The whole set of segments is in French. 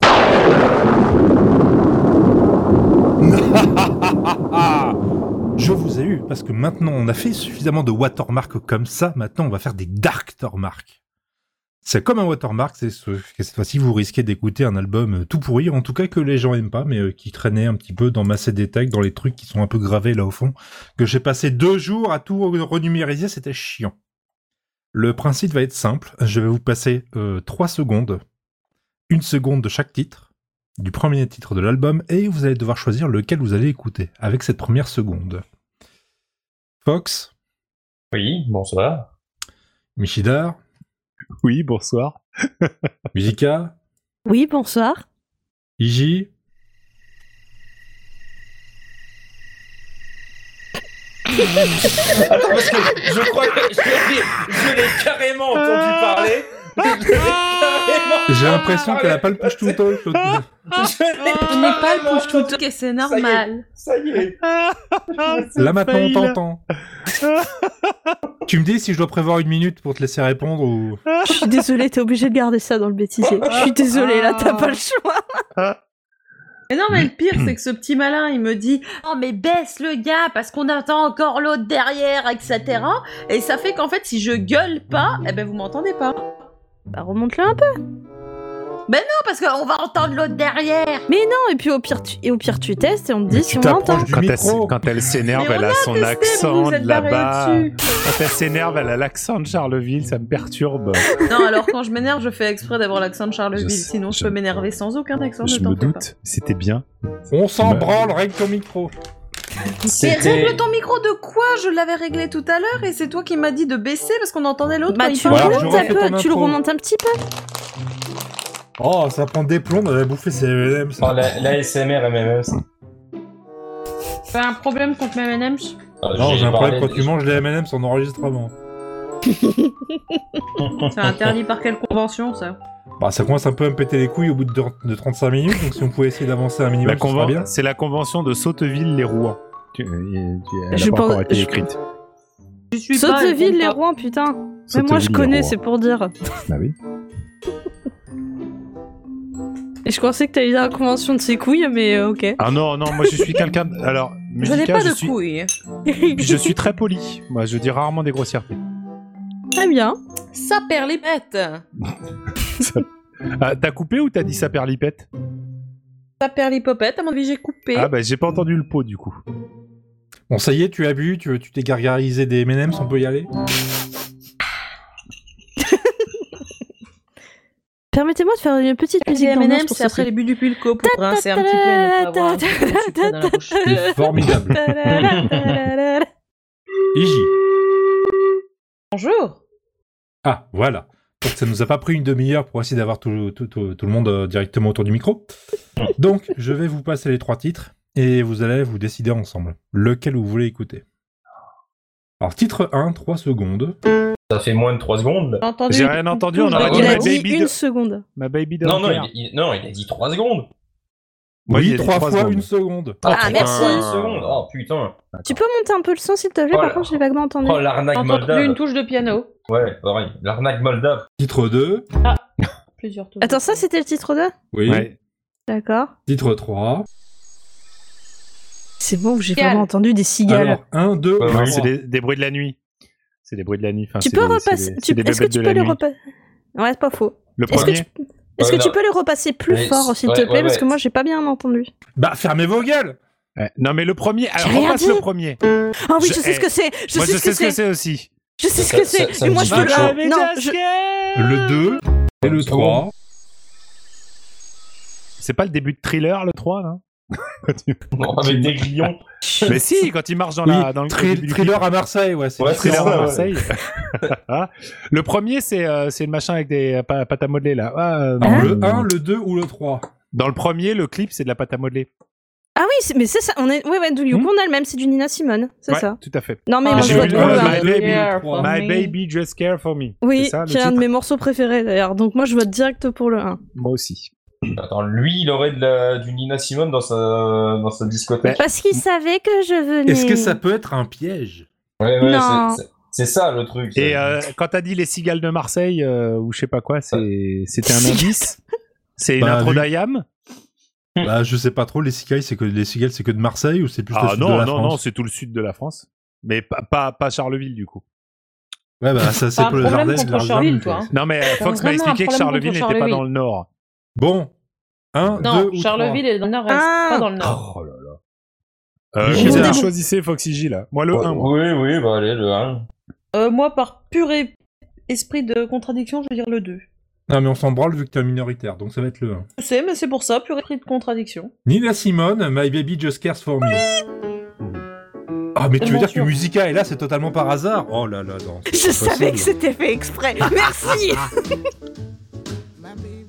Ah, Je vous ai eu, parce que maintenant on a fait suffisamment de watermark comme ça, maintenant on va faire des dark watermark. C'est comme un watermark, c'est ce que cette fois-ci vous risquez d'écouter un album euh, tout pourri, en tout cas que les gens aiment pas, mais euh, qui traînait un petit peu dans ma CD tag, dans les trucs qui sont un peu gravés là au fond, que j'ai passé deux jours à tout renumériser, c'était chiant. Le principe va être simple, je vais vous passer euh, trois secondes, une seconde de chaque titre, du premier titre de l'album et vous allez devoir choisir lequel vous allez écouter avec cette première seconde. Fox Oui, bonsoir. Michidar Oui, bonsoir. Musica Oui, bonsoir. Iji Attends, parce que je crois que je l'ai- je l'ai carrément entendu parler. Je l'ai carrément- J'ai l'impression qu'elle a pas le push to talk. je l'ai Ah. Je n'ai pas le carrément push tout entendu. ok, c'est normal. Ça y est. Là maintenant on t'entend. tu me dis si je dois prévoir une minute pour te laisser répondre ou... Je suis désolée, t'es obligée de garder ça dans le bêtisier. Je suis désolée, là, t'as pas le choix. Mais non, mais le pire, c'est que ce petit malin, il me dit Oh, mais baisse le gars, parce qu'on attend encore l'autre derrière, etc. Et ça fait qu'en fait, si je gueule pas, eh ben vous m'entendez pas. Non, Bah, remonte-le un peu. parce qu'on va entendre l'autre derrière. Mais non, hein, et puis au pire, tu, et au pire, tu testes et on te dit Mais si tu on t'approches l'entend. du Quand elle micro. s- quand elle s'énerve, Mais elle a son Testez, vous accent vous de êtes barrés là-bas. dessus. Quand elle s'énerve, elle a l'accent de Charleville, ça me Ah, perturbe. Non, alors quand je m'énerve, je fais exprès d'avoir l'accent de Charleville, Je sais, sinon je je- peux m'énerver sans aucun accent, je ne t'en me fais pas. doute, c'était bien. On s'en Bah. branle, règle ton micro. Mais C'était règle ton micro de quoi Je l'avais réglé tout à l'heure et c'est toi qui m'as dit de baisser parce qu'on entendait l'autre. Bah, quand il tu, Voilà, le parlait. je remontes un refais ton peu, tu le intro. remontes un petit peu. Oh, ça prend des plombs, elle a bouffé ses M&M. Oh, la, la SMR MMS. T'as un problème contre M&M, mes M&M's Ah, Non, j'ai un parlé problème quand de- tu manges les M&M en enregistrement. C'est interdit par quelle convention ça Bah, ça commence un peu à me péter les couilles au bout de, de 35 minutes, donc si on pouvait essayer d'avancer un minimum, La ça serait bien. conven- C'est la convention de Sotteville-les-Rouen. Tu- euh, tu- Elle Je n'a pas pense- encore été je- écrite. Je suis pas, elle Sauteville, compte les pas. rois, putain. Mais moi, je connais, c'est pour dire. Ah oui. Et je pensais que t'allais dire la convention de ses couilles, mais euh, ok. Ah non, non, moi je suis quelqu'un. de- Alors, Je n'ai Musica, pas de suis- couilles. Je suis très poli. Moi, je dis rarement des grossièretés. Très bien. Ça perd les bêtes. Ah, t'as coupé ou t'as dit ça perlipète Ça perd les popettes, à mon avis j'ai coupé. Ah bah j'ai pas entendu le pot du coup. Bon, ça y est, tu as bu, tu tu t'es gargarisé des M&M's, on peut y aller Permettez-moi de faire une petite les musique M&M's, d'ambiance pour M&M, c'est ça. après les buts du pulco pour rincer un petit peu et ne pas avoir un petit peu de sucre dans la bouche. C'est formidable. Iji. Bonjour Ah, voilà. Donc ça nous a pas pris une demi-heure pour essayer d'avoir tout, tout- tout- tout le monde euh, directement autour du micro. Donc, je vais vous passer les trois titres et vous allez vous décider ensemble lequel vous voulez écouter. Alors, titre 1, 3 secondes. Ça fait moins de 3 secondes. J'ai entendu J'ai rien entendu, on Ah, aurait Bah, Il dit ouais, a ma dit baby, une de... seconde. ma baby de Non, non, l'enfer. il, il- non, il a dit 3 secondes. Moi, il Oui, a dit trois trois fois secondes. une seconde. Ah, merci. secondes. Oh putain. Tu peux monter un peu le son, s'il te plaît Oh Par là. contre, j'ai vaguement entendu. Oh l'arnaque J'entends plus une moldave. touche de piano. Ouais, pareil. L'arnaque moldave. Titre 2. Plusieurs touches. Attends, ça, c'était le titre 2 Oui. Ouais. D'accord. Titre 3. C'est bon, j'ai Cigales. vraiment entendu des cigales. Alors, 1, 2, Ouais, Non, ouais, c'est des, des bruits de la nuit. C'est des bruits de la nuit. Enfin, tu c'est peux des- c'est repasser. des- tu- c'est des Est-ce que bébêtes tu de peux la le nuit. repasser Ouais, c'est pas faux. Le Est-ce que premier. tu, est-ce Ouais, que tu non. peux le repasser plus Mais- fort, s'il ouais, te ouais, plaît Parce ouais. que moi, j'ai pas bien entendu. Bah, fermez vos gueules Ouais. Non mais le premier. Alors rien repasse dit. le premier. Ah oui, Je- je, sais ce que c'est Je Moi sais je ce que c'est aussi. Bah, Je sais ce Ça- que ça- c'est ça Mais me moi, dit je veux quelque le. Non, je... Le 2 et le Une 3. C'est pas le début de thriller le 3 là Quand il- Non, avec des grillons. Mais si, quand il marche dans Oui, la dans le thrill- début du thriller à Marseille, ouais. c'est Ouais, différent. Thriller ça, à ouais. Marseille. Ah. le premier, c'est euh, c'est le machin avec des euh, pa- pâtes à modeler là. Ah, euh, Alors, Hein euh, le 1, le 2 ou le 3 Dans le premier, le clip, c'est de la pâte à modeler. Ah oui, c'est- mais c'est ça. On est... Ouais, ouais, du Hmm. coup, on a le même, c'est du Nina Simone. C'est Ouais, ça. Tout à fait. Non, mais Ah, moi, j'ai je vu veux- le- ouais, My ouais. Baby. Oh, My baby just care for me. Oui, C'est ça, le qui est un de titre mes morceaux préférés d'ailleurs. Donc moi, je vote direct pour le 1. Moi aussi. Attends, lui, il aurait de la, du Nina Simone dans sa, dans sa discothèque. Parce qu'il savait que je venais. Est-ce que ça peut être un piège Ouais, Non. c'est- c'est- C'est ça le truc. Et ça. euh, quand t'as dit les cigales de Marseille euh, ou je sais pas quoi, c'est- c'était un Cigales. indice. C'est une Bah, intro vu- d'Ayam. Bah, je sais pas trop, les cigales, c'est que, les cigales, c'est que de Marseille ou c'est plus le Ah sud de non, la non, non, France c'est tout le sud de la France. Mais pas, pas, pas Charleville, du coup. Ouais, bah, ça, c'est un pour les problème Ardennes, contre les Ardennes, Charleville, mais- toi, hein. Non, mais euh, T'as Fox m'a vraiment un expliqué que problème Charleville contre n'était pas Charleville. dans le nord. Bon. Un, deux hein Non, ou Charleville est dans le nord-est, Ah. pas dans le nord. Oh là là. Euh, J'ai vous des- choisissez Foxy J là. Moi le 1, moi. Oui, oui, bah allez, le 1. Euh, moi, par pur e- esprit de contradiction, je vais dire le 2. trois. Non, mais on s'en branle vu que t'es un minoritaire, donc ça va être le 1. C'est, mais c'est pour ça, pur esprit de contradiction. Nina Simone, My Baby Just Cares For Me. Ah, mais tu veux Tellement dire que sûr. Musica est là, c'est totalement par hasard Oh là là, non. c'est Je pas savais possible. que c'était fait exprès. Merci.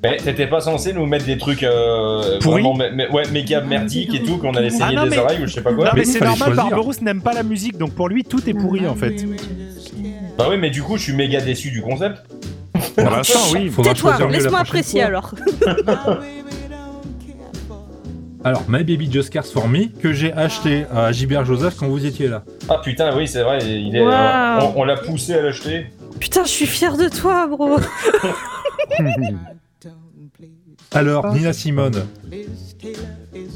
Mais t'étais pas censé nous mettre des trucs euh, Pourris vraiment, mais- mais- ouais, méga merdiques et tout, qu'on allait saigner Ah non, des mais- oreilles ou je sais pas Non quoi. mais Mais c'est fallait normal, choisir. Barberousse n'aime pas la musique, donc pour lui tout est pourri en fait. Bah oui, mais du coup, je suis méga déçu du concept. Pour l'instant, oui. Faudra Tais-toi, choisir mieux la laisse-moi prochaine apprécier fois. alors. Alors, My Baby Just Cares For Me, que j'ai acheté à Gilbert Joseph quand vous étiez là. Ah putain, oui, c'est vrai, il est, Wow. euh, on, on l'a poussé à l'acheter. Putain, je suis fière de toi, bro. Oh, Alors, Nina Simone.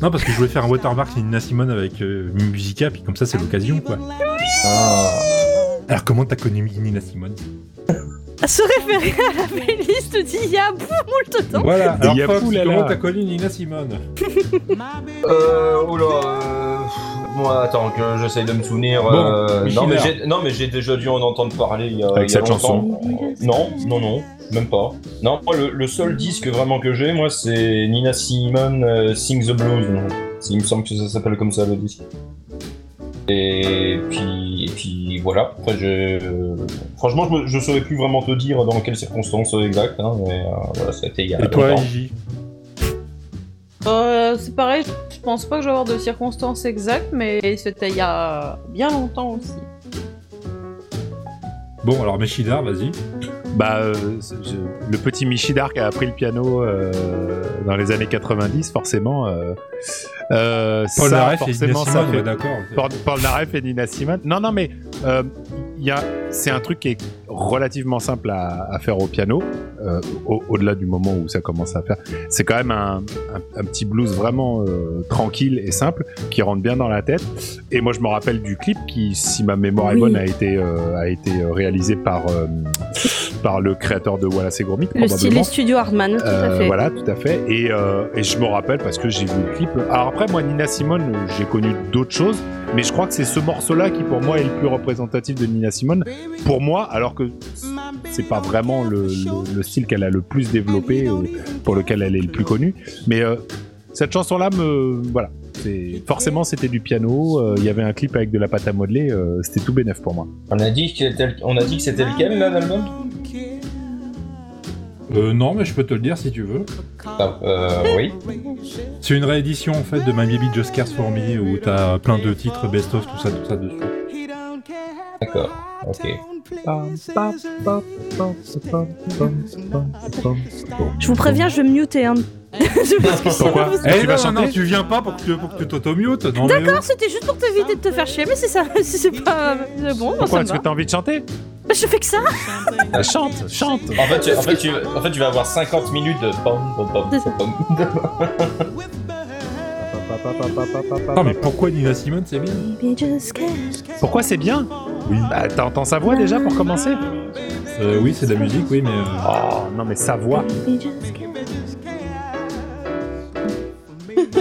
Non, parce que je voulais faire un watermark Nina Simone avec euh, Musica, puis comme ça, c'est l'occasion, quoi. Ah. Alors, comment t'as connu Nina Simone Se référer à la playlist d'IA, boum, moult dedans. Voilà, alors Y'a Fox, fou, là, comment là. t'as connu Nina Simone Euh, oula, euh... Moi, attends, que j'essaye de me souvenir. Bon, euh, Michel non, mais Lard. j'ai, non, mais j'ai déjà dû en entendre parler il y a. Avec il y a cette longtemps. Non, non, non, même pas. Non, moi, le, le seul disque vraiment que j'ai, moi, c'est Nina Simone euh, Sing the Blues. Il me semble que ça s'appelle comme ça le disque. Et puis, et puis voilà. Après, je- euh, franchement, je, me- je saurais plus vraiment te dire dans quelles circonstances exactes. Hein, mais euh, voilà, ça a été il y a Et toi, longtemps. Iji Euh, c'est pareil, je pense pas que je vais avoir de circonstances exactes, mais c'était il y a bien longtemps aussi. Bon, alors Meshidar, vas-y. Bah, euh, c'est- je- le petit Michi Dark a appris le piano euh, dans les années 90, forcément. Euh, euh, Paul ça, Naref et Nina forcément, ça Simone, fait- ouais, d'accord. Paul, Paul Naref et Nina Simone. Non, non, mais euh, il y a, c'est un truc qui est relativement simple à, à faire au piano, euh, au- au-delà du moment où ça commence à faire. C'est quand même un, un- un petit blues vraiment euh, tranquille et simple qui rentre bien dans la tête. Et moi, je me rappelle du clip qui, si ma mémoire est Oui. bonne, a été, euh, a été euh, réalisé par, euh, par le créateur de Wallace et Gromit, Le probablement. style est studio Hardman, tout à Euh, fait. Voilà, tout à fait. Et, euh, et je me rappelle parce que j'ai vu le clip. Alors après, moi, Nina Simone, euh, j'ai connu d'autres choses, mais je crois que c'est ce morceau-là qui, pour moi, est le plus représentatif de Nina Simone. Pour moi, alors que c'est pas vraiment le, le- le style qu'elle a le plus développé, euh, pour lequel elle est le plus connue. Mais euh, cette chanson-là, me voilà. c'est- Forcément, c'était du piano. euh, Il y avait un clip avec de la pâte à modeler. euh, c'était tout bénef pour Oh, moi. On a dit que c'était, on a dit que c'était lequel là, l'album Euh, non, mais je peux te le dire si tu veux. Ah, euh, oui. C'est une réédition en fait de My Baby Just Cares For Me où t'as plein de titres best-of, tout ça, tout ça dessus. D'accord, ok. Je vous préviens, je vais me muter. Hein. Parce que sinon, Pourquoi vous- Eh, tu vas non, chanter non, tu viens pas pour que, tu- pour que tu t'auto-mutes. non, mais D'accord, c'était juste pour t'éviter de te faire chier, mais c'est ça, si c'est pas euh, bon, moi, Pourquoi ça me Est-ce que va. t'as envie de chanter Bah, je fais que ça. Bah, Chante, chante. En fait, tu, en, fait, tu, en fait, tu vas avoir 50 minutes de pom pom pom pom, pom. oh. Attends, mais pourquoi Nina Simone c'est bien Pourquoi c'est bien Oui. Bah, t'entends sa voix déjà pour commencer Euh, oui, c'est de la musique, oui, mais. euh, Oh non mais sa voix,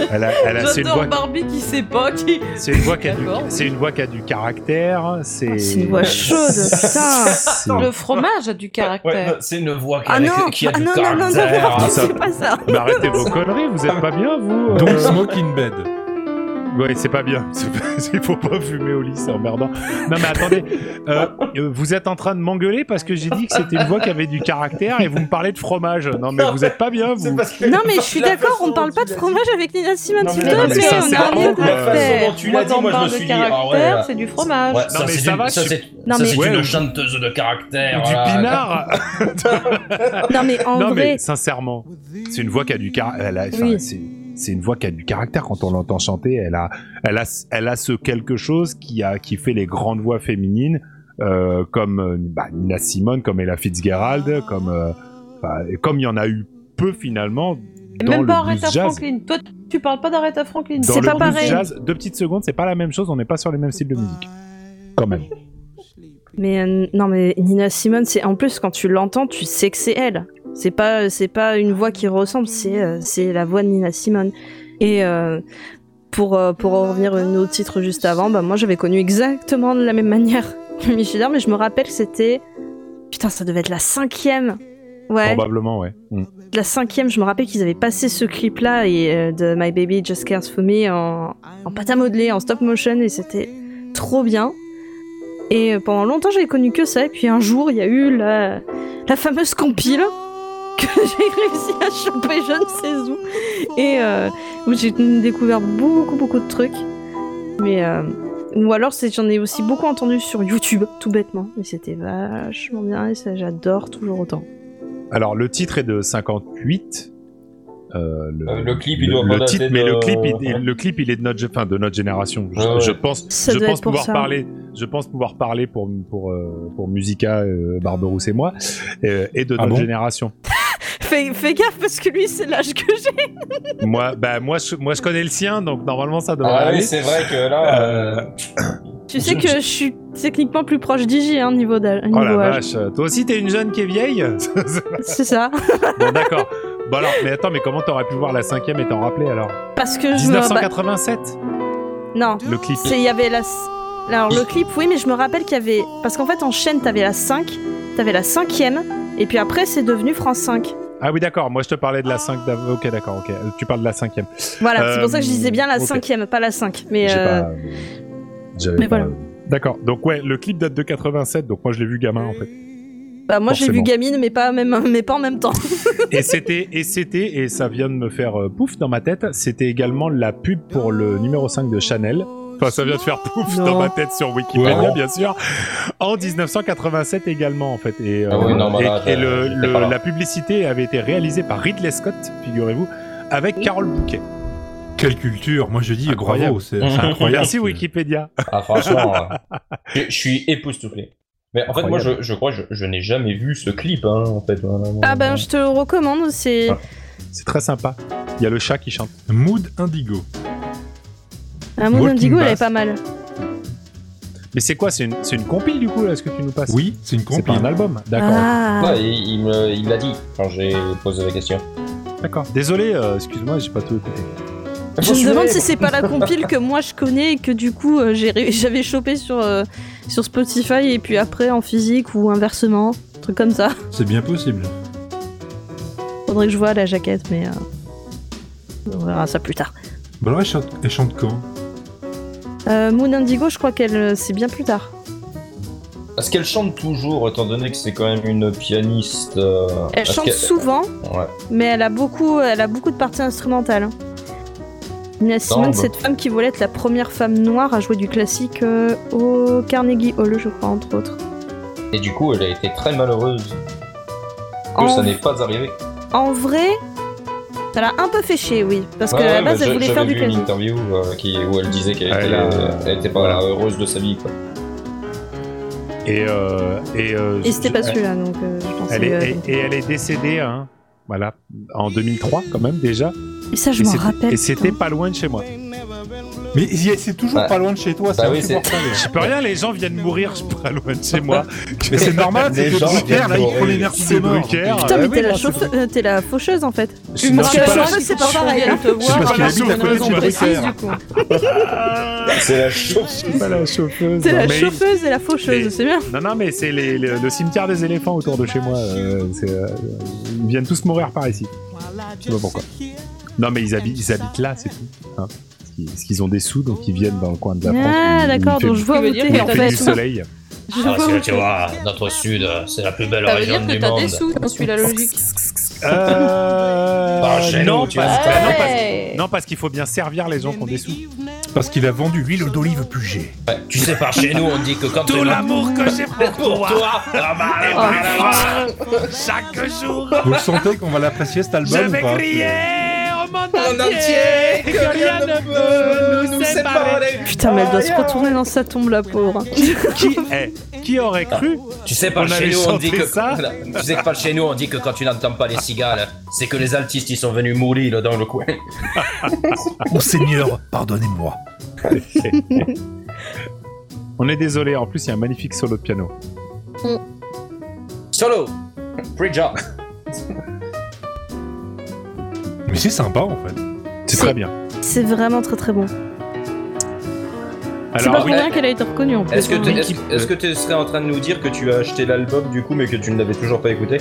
elle a, elle a- c'est une J'adore voix, Barbie qui sait pas, qui. c'est une voix qui a du, D'accord. c'est une voix qui a du caractère, c'est. c'est une voix chaude, putain. C'est- Le fromage a du Ouais, caractère. non, c'est une voix qui a, Ah non, qui a ah du non, non, non, non, caractère. non, Ah, ça- c'est pas ça. Mais arrêtez vos conneries, vous êtes pas bien vous. euh. Donc Smoke in Bed. Ouais, c'est pas bien. C'est pas- Il faut pas fumer au lit, c'est emmerdant. Non mais attendez, euh, euh, vous êtes en train de m'engueuler parce que j'ai dit que c'était une voix qui avait du caractère et vous me parlez de fromage. Non mais vous êtes pas bien C'est vous. parce que- Non, mais je suis la d'accord, façon on parle dont pas tu de l'as fromage avec Nina Simone, Non, s'il mais non, te mais plaît, ça, on c'est a vraiment un dit. La façon caractère. dont tu l'as dit, moi quand on je me parle de suis dit. Ah ouais. caractère, là. c'est du fromage. Ouais, Non, ça mais c'est ça du- va, ça, tu- c'est- Non, ça, mais- c'est Ouais, ou- une chanteuse de caractère. euh, Ou du là. pinard. Non, mais en non vrai, mais sincèrement, c'est une voix qui a du caractère. Oui. C'est c'est une voix qui a du caractère quand on l'entend chanter. Elle a, elle a, ce- elle a ce quelque chose qui a, qui fait les grandes voix féminines, euh, comme euh, bah, Nina Simone, comme Ella Fitzgerald, Ah. comme, euh, bah, et comme il y en a eu peu finalement Et dans Même le pas blues Aretha jazz. Franklin. Toi, Tu parles pas d'Aretha Franklin. Dans C'est le pas blues pareil. jazz, deux petites secondes, c'est pas la même chose, on n'est pas sur les mêmes styles de musique. Quand même. Mais euh, non, mais Nina Simone, c'est en plus quand tu l'entends, tu sais que c'est elle. C'est pas, c'est pas une voix qui ressemble, c'est euh, c'est la voix de Nina Simone. Et euh, pour euh, pour en revenir à nos titres juste avant, bah moi j'avais connu exactement de la même manière Michel mais je me rappelle que c'était putain ça devait être la cinquième. Ouais, Probablement, ouais. Mm. la cinquième, je me rappelle qu'ils avaient passé ce clip-là et euh, de My Baby Just Cares For Me en, en pâte à modeler, en stop motion, et c'était trop bien. Et euh, pendant longtemps, j'avais connu que ça, et puis un jour, il y a eu la, la fameuse compile que j'ai réussi à choper je ne sais où, et euh, où j'ai découvert beaucoup, beaucoup de trucs. Mais... euh, ou alors, c'est- j'en ai aussi beaucoup entendu sur YouTube, tout bêtement. Et c'était vachement bien, et ça, j'adore toujours autant. Alors, le titre est de 58. Euh, Euh, le clip, il doit pas le dater titre, mais de- le clip, il, il- le clip, il est de notre, enfin, de notre génération. Je, Ouais, ouais. je pense, Ça je doit pense être pour pouvoir ça. parler, je pense pouvoir parler pour pour euh, pour Musica, euh, Barberousse et moi, euh, et de Ah bon notre génération. Fais, fais gaffe parce que lui, c'est l'âge que j'ai. moi, bah moi, je, moi, je connais le sien, donc normalement, ça devrait Ah aller. oui, c'est vrai que là. Euh, euh, Tu sais que je suis techniquement plus proche d'Igi, hein, niveau d'âge. Oh la niveau âge. vache, toi aussi t'es une jeune qui est vieille C'est ça. Bon d'accord. Bon alors, mais attends, mais comment t'aurais pu voir la cinquième et t'en rappeler alors Parce que je me. bah, 1987, non. le clip. C'est, il y avait la. Alors, le clip, oui, mais je me rappelle qu'il y avait. Parce qu'en fait, en chaîne, t'avais la 5, t'avais la 5ème, et puis après, c'est devenu France 5. Ah oui d'accord, moi je te parlais de la 5 d'avant. Ok d'accord, ok. Tu parles de la cinquième. Voilà, c'est Euh, pour ça que je disais bien la ok. 5ème, pas la 5. Mais. J'ai euh, pas- j'avais mais pas- voilà. D'accord. Donc ouais, le clip date de 87, donc moi je l'ai vu gamin hein, en fait. Bah, moi, j'ai vu forcément. Gamine, mais pas, même, mais pas en même temps. et c'était et c'était et ça vient de me faire euh, pouf dans ma tête. C'était également la pub pour le numéro 5 de Chanel. Enfin, ça vient de faire pouf dans Non. ma tête sur Wikipédia, Ouais. bien sûr. En 1987 également, en fait. Et, euh, Ah oui, non, bah et- là, et t'es- le- t'es le- pas là. la publicité avait été réalisée par Ridley Scott, figurez-vous, avec Carole Bouquet. Quelle culture Moi je dis Incroyable. bravo, c'est c'est incroyable. Merci Wikipédia. Ah, franchement, euh, je, je suis époustouflé. Mais en fait, moi, Incroyable. je, je crois que je, je n'ai jamais vu ce clip, hein, en fait. Voilà, ah, ben, voilà. bah. je te le recommande, c'est. C'est très sympa. Il y a le chat qui chante. Mood Indigo. Ah, Un mot Walking d'Indigo, elle est Bass. pas mal. Mais c'est quoi C'est une, c'est une compile du coup là, ce que tu nous passes Oui, c'est une C'est pas compile. un album. D'accord. Ah. Ouais, il il me- il l'a dit quand j'ai posé la question. D'accord. Désolé, euh, excuse-moi, j'ai pas tout écouté. Je me demande si c'est pas la compile que moi je connais et que du coup euh, j'ai ré- j'avais chopé sur, euh, sur Spotify et puis après en physique ou inversement, un truc comme ça. C'est bien possible. Faudrait que je vois la jaquette, mais euh, on verra ça plus tard. Bon alors elle Bah chante, elle chante quand Euh, Moon Indigo, je crois qu'elle euh, c'est bien plus tard. Parce qu'elle chante toujours, étant donné que c'est quand même une pianiste. euh, Elle parce chante qu'elle- souvent, Ouais. mais elle a beaucoup, elle a beaucoup de parties instrumentales. Nina Simone, bah. cette femme qui voulait être la première femme noire à jouer du classique euh, au Carnegie Hall, je crois, entre autres. Et du coup, elle a été très malheureuse que En ça n'est pas arrivé. En vrai, ça l'a un peu fait chier, oui. Parce que Ouais, à la ouais, base, mais elle je- voulait j'avais faire du vu une clavier. interview euh, qui, où elle disait qu'elle Elle était, a- euh, elle était pas heureuse de sa vie. Quoi. Et, euh, et, euh, Et c'était pas je- celui-là, donc euh, je pensais. Elle est, euh, et, et elle est décédée, hein, voilà, en 2003 quand même déjà. Et ça, je Et m'en c'était- rappelle. Et c'était putain. pas loin de chez moi. Mais y- c'est toujours Bah- pas loin de chez toi, c'est bah oui, c'est- insupportable. Je peux rien, les gens viennent mourir, je suis pas loin de chez moi. Mais c'est normal, Les c'est que gens Drucker, viennent là, il prend mourir. les merci C'est des morts. Drucker. Donc, Putain, Ah mais oui, t'es non, la, c'est chauffe- euh, t'es la faucheuse en fait. Je me non, je suis rappelle pas là. pas. c'est pareil, hein. elle te voit parce par que la la chauffeuse, chauffeuse, raison précise, du coup. C'est la Ah, Je chose. suis pas la chauffeuse. T'es la Mais- chauffeuse et la faucheuse, Mais- c'est bien. Non, non, mais c'est les- le, le cimetière des éléphants autour de chez moi. euh, c'est, euh, ils viennent tous mourir par ici. Je sais pas pourquoi. Non, mais ils habitent, ils habitent là, c'est tout. hein. Parce qu'ils- Parce qu'ils ont des sous, donc ils viennent dans le coin de la France. où- où Ah, il d'accord, fait donc du- je vois Ça veut où dire t'es où il en fait fait. du soleil. Je Ah, vois où t'es. notre sud, c'est la plus belle Ça veut dire que t'as des sous, j'en suis la logique. Euh, Par gêne, non, tu parce- vois. bah non, parce- Ouais. non, parce qu'il faut bien servir les gens qui ont des sous. Parce qu'il a vendu l'huile d'olive Puget. Tu sais, par chez nous, on dit que quand t'es là- l'amour que j'ai pour toi, ah bah, eh bah, chaque jour, Vous le sentez qu'on va l'apprécier cet album ou pas au monde en entier, que rien ne peut nous séparer. Putain, mais elle doit se retourner dans sa tombe, la pauvre. Qui, eh, Qui aurait cru Tu sais, pas On chez avait nous, on dit chanté que. ça tu sais que par chez nous, on dit que quand tu n'entends pas les cigales, c'est que les altistes ils sont venus mourir là, dans le coin. Mon Oh, seigneur, pardonnez-moi. On est désolé, en plus il y a un magnifique solo de piano. Solo Free job Mais c'est sympa en fait. C'est très bien. C'est vraiment très très bon. C'est pas Alors, pour oui, rien qu'elle a été reconnue en plus. Est-ce que hein. tu est serais en train de nous dire que tu as acheté l'album du coup, mais que tu ne l'avais toujours pas écouté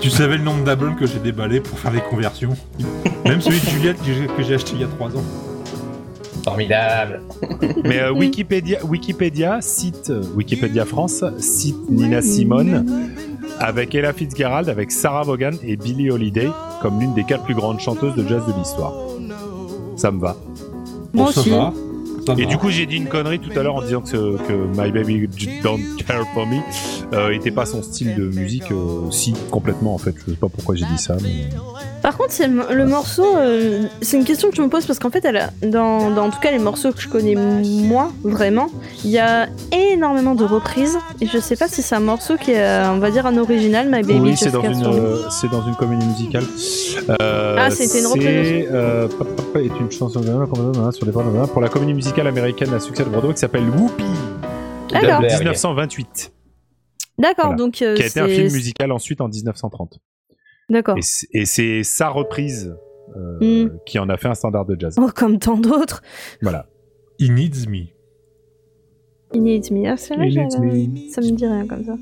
Tu savais le nombre d'abbons que j'ai déballé pour faire les conversions. Même celui de Juliette que j'ai- que j'ai acheté il y a 3 ans. Formidable mais euh, Wikipédia, Wikipédia cite euh, Wikipédia France cite Nina Simone avec Ella Fitzgerald, avec Sarah Vaughan et Billie Holiday comme l'une des quatre plus grandes chanteuses de jazz de l'histoire. Ça me va. Bon, Moi ça aussi. va. Ça Et va. du coup, j'ai dit une connerie tout à l'heure en disant que, que My Baby Don't Care For Me euh, était pas son style de musique, euh, si, complètement en fait. Je sais pas pourquoi j'ai dit ça. mais- Par contre, c'est le le morceau, euh, c'est une question que je me pose parce qu'en fait, elle a- dans, dans en tout cas les morceaux que je connais moi vraiment, il y a énormément de reprises et je sais pas si c'est un morceau qui est, euh, on va dire, un original, My Baby. Oui, Just c'est dans, Care une, For Me. euh, c'est dans une comédie musicale. Euh, hein. Ah, c'était une reprise C'est euh, Pop, Pop, Pop est une chanson sur les paroles pour la comédie musicale américaine à succès de Broadway qui s'appelle Whoopi Alors. Double R, 1928, D'accord, Voilà. donc euh, qui a été un film c'est- musical ensuite en 1930. D'accord. Mm. Et c'est- Et c'est sa reprise euh, qui en a fait un standard de jazz. Oh, comme tant d'autres. Voilà. He needs me. Il Needs Me. Ah, celle-là, He Needs j'avais- ça me dit rien comme ça.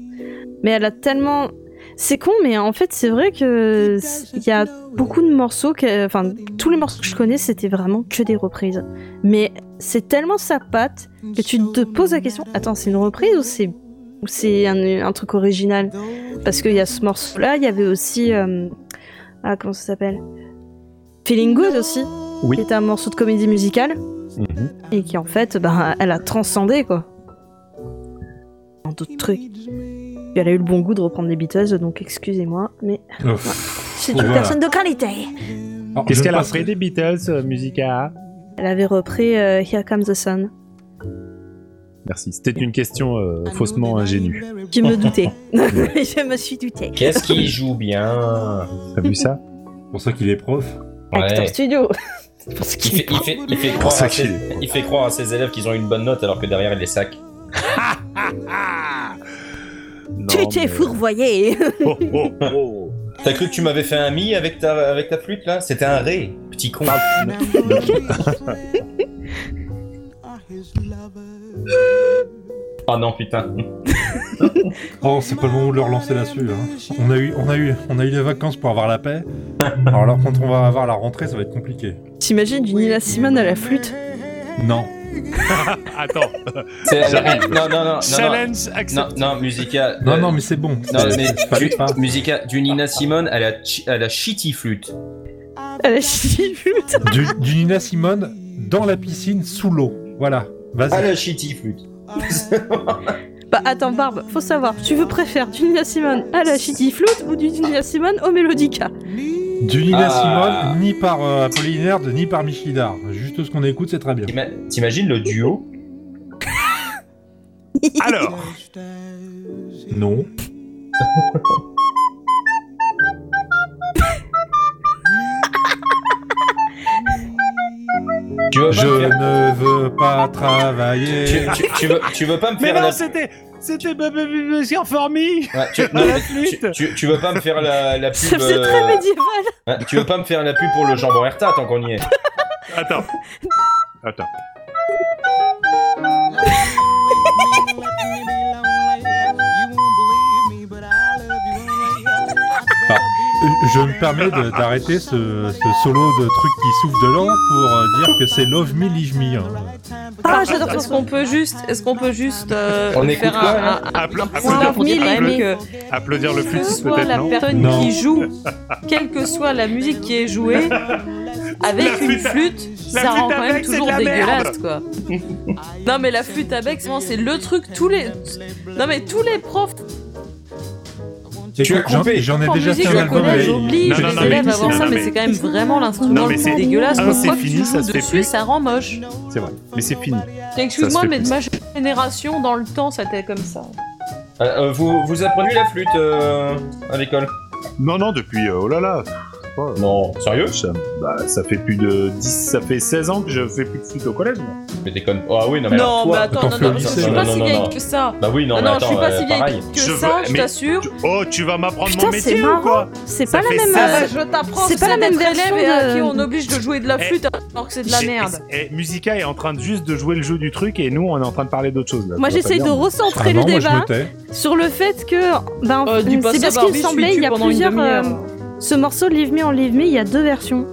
Mais elle a tellement. C'est con, mais en fait, c'est vrai que c- il y a beaucoup de morceaux que, enfin, tous les morceaux que je connais, c'était vraiment que des reprises. Mais c'est tellement sa patte que tu te poses la question attends, c'est une reprise ou c'est ou c'est un, un truc original Parce qu'il y a ce morceau-là, il y avait aussi euh, ah comment ça s'appelle Feeling Good aussi, Oui. qui est un morceau de comédie musicale Mhm. et qui en fait, ben, elle a transcendé quoi. Un autre truc. Puis Elle a eu le bon goût de reprendre les Beatles, donc excusez-moi, mais Euh, c'est une Voilà. personne de qualité. alors, Qu'est-ce je qu'elle a passerai- fait des Beatles, euh, Musica Elle avait repris euh, Here Comes the Sun, Merci. C'était une question Ah euh, faussement ingénue. je me doutais, je me suis douté. Qu'est-ce qui joue Ah, bien T'as vu ça C'est pour ça qu'il est prof. Acteur studio. Parce Il qu'il fait, il fait- il fait Pour croire Oh, ça à qu'il ses, il fait croire à ses élèves qu'ils ont une bonne note alors que derrière il les sac. Non, tu t'es mais- euh, fourvoyé. Oh, oh, oh. T'as cru que tu m'avais fait un mi avec ta, avec ta flûte là C'était un ré, petit con. Ah non putain. Oh, c'est pas le moment de leur lancer là-dessus. hein. On a eu, on a eu, on a eu les vacances pour avoir la paix. Alors là, quand on va avoir la rentrée, ça va être compliqué. T'imagines du Nina Simone à la flûte Non. Attends, C'est- J'arrive. Non, non, non, non, non. challenge Non, accepté. non, Musica. Non, euh, non, mais c'est bon. Non, C'est- mais c'est pas- du, pas- Musica, du Nina Simone à la, chi- à la shitty flûte. À Bah, la flûte Du, du Nina Simone dans la piscine sous l'eau. Voilà. Vas-y. À la shitty flûte. Bah attends, Barbe, faut savoir, tu veux préfères du Nina Simone à la Shitty Flute ou du Nina Simone au Melodica Du Nina Ah. Simone, ni par euh, Apollinaire, de- ni par Michidar. Juste ce qu'on écoute, c'est très bien. T'ima- T'imagines le duo Alors, Non. tu veux, pas Je me faire- ne veux pas travailler. tu, tu- tu veux, tu veux pas me faire la... c'était c'était Baby Formé. Ouais, tu, non, mais tu- tu- tu veux pas me faire la, la Ça pub faisait euh, très médiéval hein, Tu veux pas me faire la pub pour le jambon Herta tant qu'on y est Attends. Attends. Je me permets de- d'arrêter ce, ce solo de truc qui souffle de l'an pour euh, dire que c'est Love Me, Leave Me. hein. Ah, j'adore ce Est-ce qu'on peut juste, est-ce qu'on peut juste euh, On écoute faire quoi, un, là un- Appla- un point applaudir, pour dire quand même Mille que Ah, applaudir le quelle que flûtiste soit peut-être la non personne Non. qui joue, quelle que soit la musique qui est jouée, La avec une flûte à- flûte, la ça flûte rend à quand même bec, c'est de toujours la dégueulasse quoi. non mais la flûte à bec, c'est vraiment- c'est le truc tous les, non mais tous les profs Tu as J'en coupé. j'en ai En déjà musique, fait tu un as au album. collège, avec- j'oblige Non, non, les non, élèves mais- à avoir non, ça, Ah mais mais- c'est quand même vraiment l'instrument Non, le mais plus c'est- dégueulasse. Ah, Quoi c'est quoi que fini, tu ça joues se fait dessus, plus. ça rend moche. C'est vrai. Mais c'est fini. Excuse-moi, fait mais plus. ma génération, dans le temps, ça était comme ça. Euh, euh, vous, vous apprenez la flûte euh, à l'école Non, non, depuis. euh, oh là là. Non, sérieux Ça, bah, ça fait plus de 10, ça fait 16 ans que je fais plus de flûte au collège. moi. Mais déconne. Ah oui, non, mais alors Non, toi- mais attends, t'en non, fais au non, je lycée. suis Non, pas non, si non, non. vieille que ça. Bah oui, non, Non, mais non, attends, je suis pas euh, si vieille pareil. que Je ça, veux- je mais- t'assure. Oh, tu vas m'apprendre Putain, mon c'est métier ou marrant. quoi C'est Ça pas la fait même. ça. euh, Ah, je t'apprends, c'est c'est pas la pas même d'être version élève et à de- qui on oblige de jouer de la Eh, flûte alors que c'est de la J'ai- merde. eh, Musica est en train de juste de jouer le jeu du truc et nous on est en train de parler d'autre chose. là. Moi, Tu vois j'essaye pas de bien, hein. mais- recentrer Ah non, le moi, je débat me tais. sur le fait que, Oh, ben, Euh, c'est parce qu'il semblait, il y a plusieurs. euh, ce morceau Leave Me en Leave Me, il y a deux versions.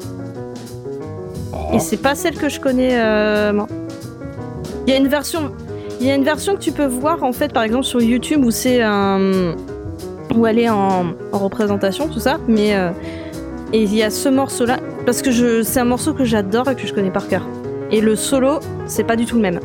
Oh. Et c'est pas celle que je connais euh, moi. Il y a une version, il y a une version que tu peux voir en fait, par exemple sur YouTube où c'est un, où elle est en, en représentation tout ça, mais euh, et il y a ce morceau là parce que je, c'est un morceau que j'adore et que je connais par cœur. Et le solo, c'est pas du tout le même.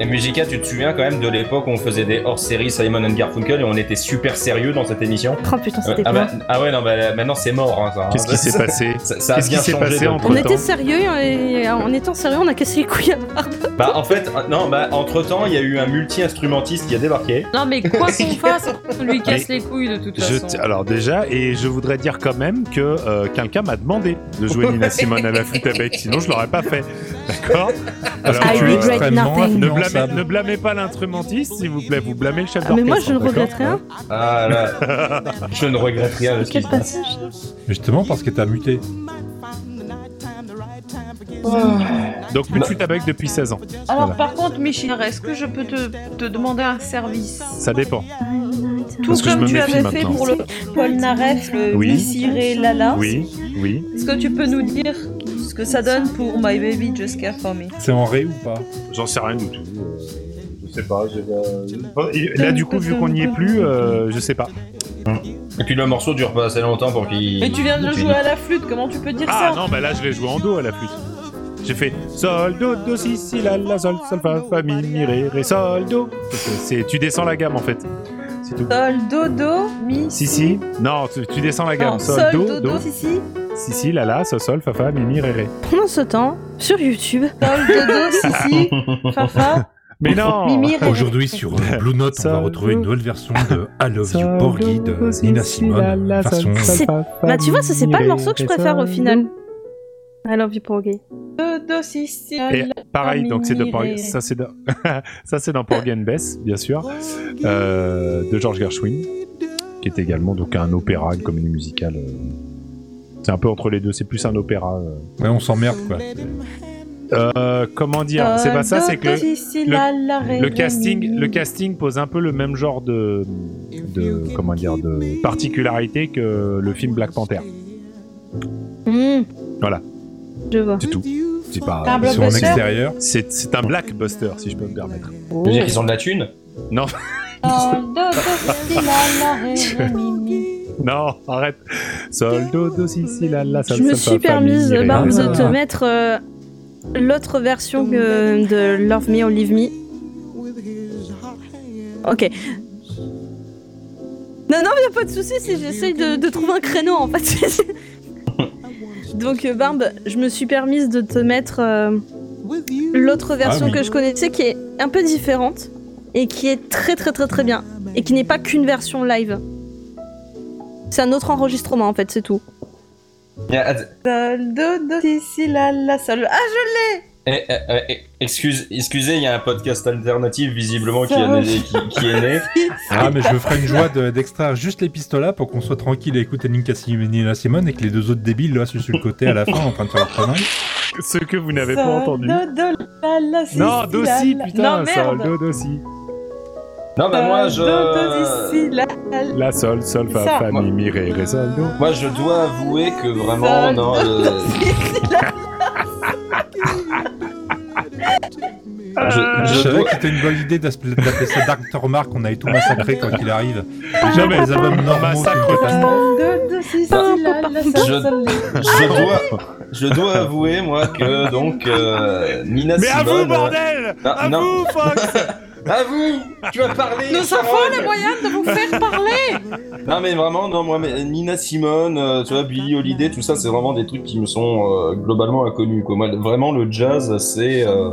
Et Musica, tu te souviens quand même de l'époque où on faisait des hors-séries Simon and Garfunkel et on était super sérieux dans cette émission Oh putain, Euh, c'était ah, bien. bah- ah ouais, non, bah, maintenant c'est mort. hein, ça, Qu'est-ce qui s'est passé ça, ça a Qu'est-ce qui bien s'est changé. passé de- entre On temps était sérieux et en étant sérieux, on a cassé les couilles à Barbe. Bah en fait, euh, non, bah entre temps, il y a eu un multi-instrumentiste qui a débarqué. Non, mais quoi qu'on fasse, on lui casse les couilles de toute Je façon. t- alors déjà, et je voudrais dire quand même que euh, quelqu'un m'a demandé de jouer Nina Simone à la flûte à bec, sinon je l'aurais pas fait. D'accord Parce Alors, que tu es euh, extrêmement nothing. ne, blâmez, influençable. ne blâmez pas l'instrumentiste, s'il vous plaît, vous blâmez le chef Ah, mais moi, je d'orchestre, ne d'accord regrette rien. Ah là, je ne regrette rien de ce qui se passe. Justement parce que t'as muté. Donc plus de flûte à bec depuis 16 ans, Oh. Alors, Voilà. par contre, Michel, est-ce que je peux te, te demander un service ça dépend. Tout Parce que je comme me tu méfie avais fait maintenant. pour le Polnareff, le Oui. Missiré Ah. Lala, Oui, oui. est-ce que tu peux nous dire ce que ça donne pour My Baby Just Care For Me C'est en ré ou pas J'en sais rien du tout. euh, Je sais pas. j'ai pas- Oh, Et Là, du coup, vu qu'on n'y est plus, euh, je sais pas. Et puis le morceau dure pas assez longtemps pour qu'il. Mais tu viens de le qu'il- jouer à la flûte, comment tu peux dire Ah ça non, bah là, je l'ai joué en do à la flûte. J'ai fait sol do do si si la la sol sol fa fa mi mi ré ré sol do. C'est tu descends la gamme en fait. C'est tout. Sol, do, do, mi, Si si. Non, tu, tu descends la gamme. non, sol, do, do, si, si, si si la la sol sol fa fa mi mi ré ré. Pendant ce temps, sur YouTube, sol, do, do, si, si, fa, fa, Mais non. mi, mi, ré, ré. Aujourd'hui sur euh, Blue Note, on va Salut. retrouver une nouvelle version de I Love Sol, You do, Porgy do, de si, Nina si, Simone. la, la, sol, façon sol, C'est- fa, fa, Bah tu vois, mi, ça c'est mi, pas le ré, morceau que je ré, préfère au sol, final. I love you Porgy. do, do, si, si, la, Et la. Ah, pareil, donc c'est de Mi, Por- ré, ré. ça c'est de- ça c'est dans Porgy and Bess, bien sûr, euh, de George Gershwin, qui est également donc un opéra, une comédie musicale. euh, C'est un peu entre les deux, c'est plus un opéra. euh. Ouais, on s'emmerde quoi. Euh, comment dire C'est pas ça, Sol, c'est do, que do, le, si, si, la, la, ré, le ré, mi, casting, mi. le casting pose un peu le même genre de, de comment dire de particularité que le film Black Panther. Hmm. Voilà. Je vois. C'est tout. C'est Un pas. Ils sont en blockbuster. extérieur. C'est c'est un blackbuster si je peux me permettre. Tu veux dire qu'ils ont de la thune Sol, do, do, si, la, la, ré, ré, mi, mi. Non, arrête. Sol, do, do, si, si, la, la, sol, Je me sol, fa, suis fa, mi, permise, ré, Barbe, ré. de te mettre euh, l'autre version que- euh, de Love Me or Leave Me. Ok. Non, non, mais y a pas de souci si j'essaye de, de trouver un créneau en fait. Donc, euh, Barbe, je me suis permise de te mettre euh, l'autre version oui. que je connaissais qui est un peu différente et qui est très très très très bien et qui n'est pas qu'une version live. C'est un autre enregistrement en fait, c'est tout. Et, Eh, att- Sol, do, do, si, si, la, la, sol. Ah, eh, eh, eh, eh, excuse, excusez, il y a un podcast alternatif visiblement qui, a- qui- qui est né. Ah, mais je me ferais une joie de- d'extraire juste les pistolets pour qu'on soit tranquille et écouter Ninka Simone- Nina Simone et que les deux autres débiles là se sur le côté à la fin en train de faire leur travail. Ce que vous n'avez pas Sol, entendu. do, do, la, la, si, Non, si, do, la, si, la. putain, Non, sol, merde. do, do, si. Non, bah moi je. Do, do, si, si, la, la, La, sol, sol, fa, Ça. fa, mi, mi, ré, ré, sol, do. Moi, je dois avouer que vraiment, Sol, non. do, euh, do, si, si, la. Je- Je je savais dois- que c'était une bonne idée d'as- d'appeler ça Dark Tormark, on avait tout massacré quand il arrive. Jamais les albums normaux. tu Massacre vois, de t'as- Ah, Je dois, je dois avouer, moi, que donc euh, Nina Mais à Simone, vous, bordel Ah, À non. vous, Fox euh, À vous Tu vas parler Nous Sarah. avons le moyen de vous faire parler Non, mais vraiment, non, moi, mais Nina Simone, euh, tu vois, Billie Holiday, tout ça, c'est vraiment des trucs qui me sont euh, globalement inconnus. Quoi. Moi, vraiment, le jazz, c'est. euh,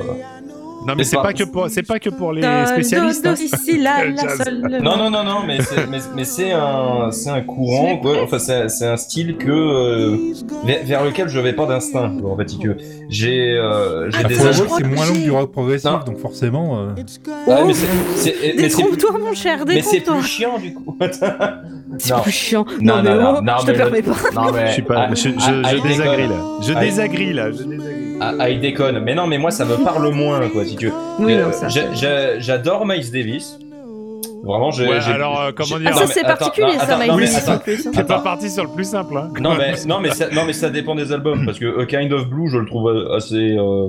Non, mais c'est pas que pour, c'est pas que pour les spécialistes. hein. Jazz. Non, non, non, non, mais c'est, mais, mais c'est un, c'est un courant, quoi. Enfin, c'est, c'est un style que euh, vers, vers lequel je vais pas d'instinct, quoi, en fait, si tu veux. J'ai, euh, j'ai Ah, des faut âges. avouer que c'est moins long que du rock progressif, Non. donc forcément. euh, Oh, Ah, mais c'est, c'est- mais c'est- Détrompe-toi, mon cher, mais c'est détrompe-toi. plus chiant du coup. C'est Non. plus chiant. Non, Non, mais non, non, oh, non, je te mais permets pas. non mais Je suis pas, ah, je, je, ah, je il désagrille déconne. là. Je Ah, désagrille là. Je désagrille. Ah, ah, il déconne. Mais non, mais moi ça Ah, me parle moins quoi si tu veux. Oui, Euh, non, ça. j'a- j'a- j'adore Miles Davis. Vraiment, j'ai. Ouais, j'ai- alors, euh, comment j'ai- dire Ah, non, ça, mais c'est attends, particulier, non, ça, attends, Miles non, mais Davis, attends, en plus. hein. T'es pas Attends. parti sur le plus simple hein. Non mais, non, mais ça, non mais ça dépend des albums, parce que A Kind of Blue, je le trouve euh, assez, euh,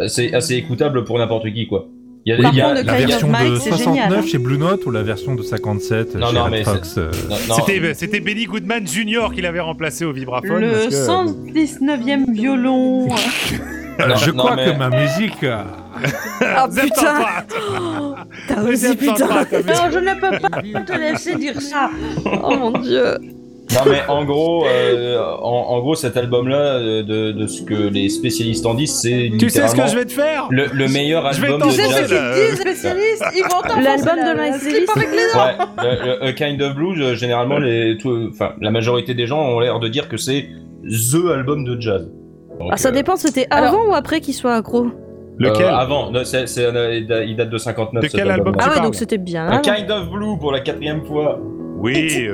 assez, assez écoutable pour n'importe qui, quoi. Il y a, oui, Par il y a contre, le la Kind of version Mike, de c'est génial, 69 hein. chez Blue Note ou la version de 57 Non, chez non, Red mais Fox. euh, Non, non, C'était, c'était Benny Goodman Jr. qui l'avait remplacé au vibraphone. parce Le que- euh, 119e violon. euh, non, je non, crois mais- que ma musique. euh, Ah, Vous êtes putain, sympa. t'as Vous osé, êtes putain. sympa, ta musique. Non, je ne peux pas te laisser dire ça. Oh mon dieu. non, mais en gros, euh, en, en gros, cet album-là, euh, de, de ce que les spécialistes en disent, c'est Tu sais ce que littéralement je vais te faire le, le meilleur Je vais album t'en de Tu sais Déjà, ce jazz. là, euh, qu'ils disent, les spécialistes Ils vont t'enfoncer L'album la- de la Miles slip Davis. avec les Ouais, le, le A Kind of Blue, euh, généralement, les, tout- enfin, la majorité des gens ont l'air de dire que c'est THE album de jazz. Donc, Ah, ça euh, dépend, c'était Alors- avant ou après qu'il soit accro Lequel euh, Avant, non, c'est, c'est un- il date de 59. De cet quel album album-là. Ah ouais, parles. donc c'était bien. A avant. Kind of Blue pour la quatrième fois. Oui. euh,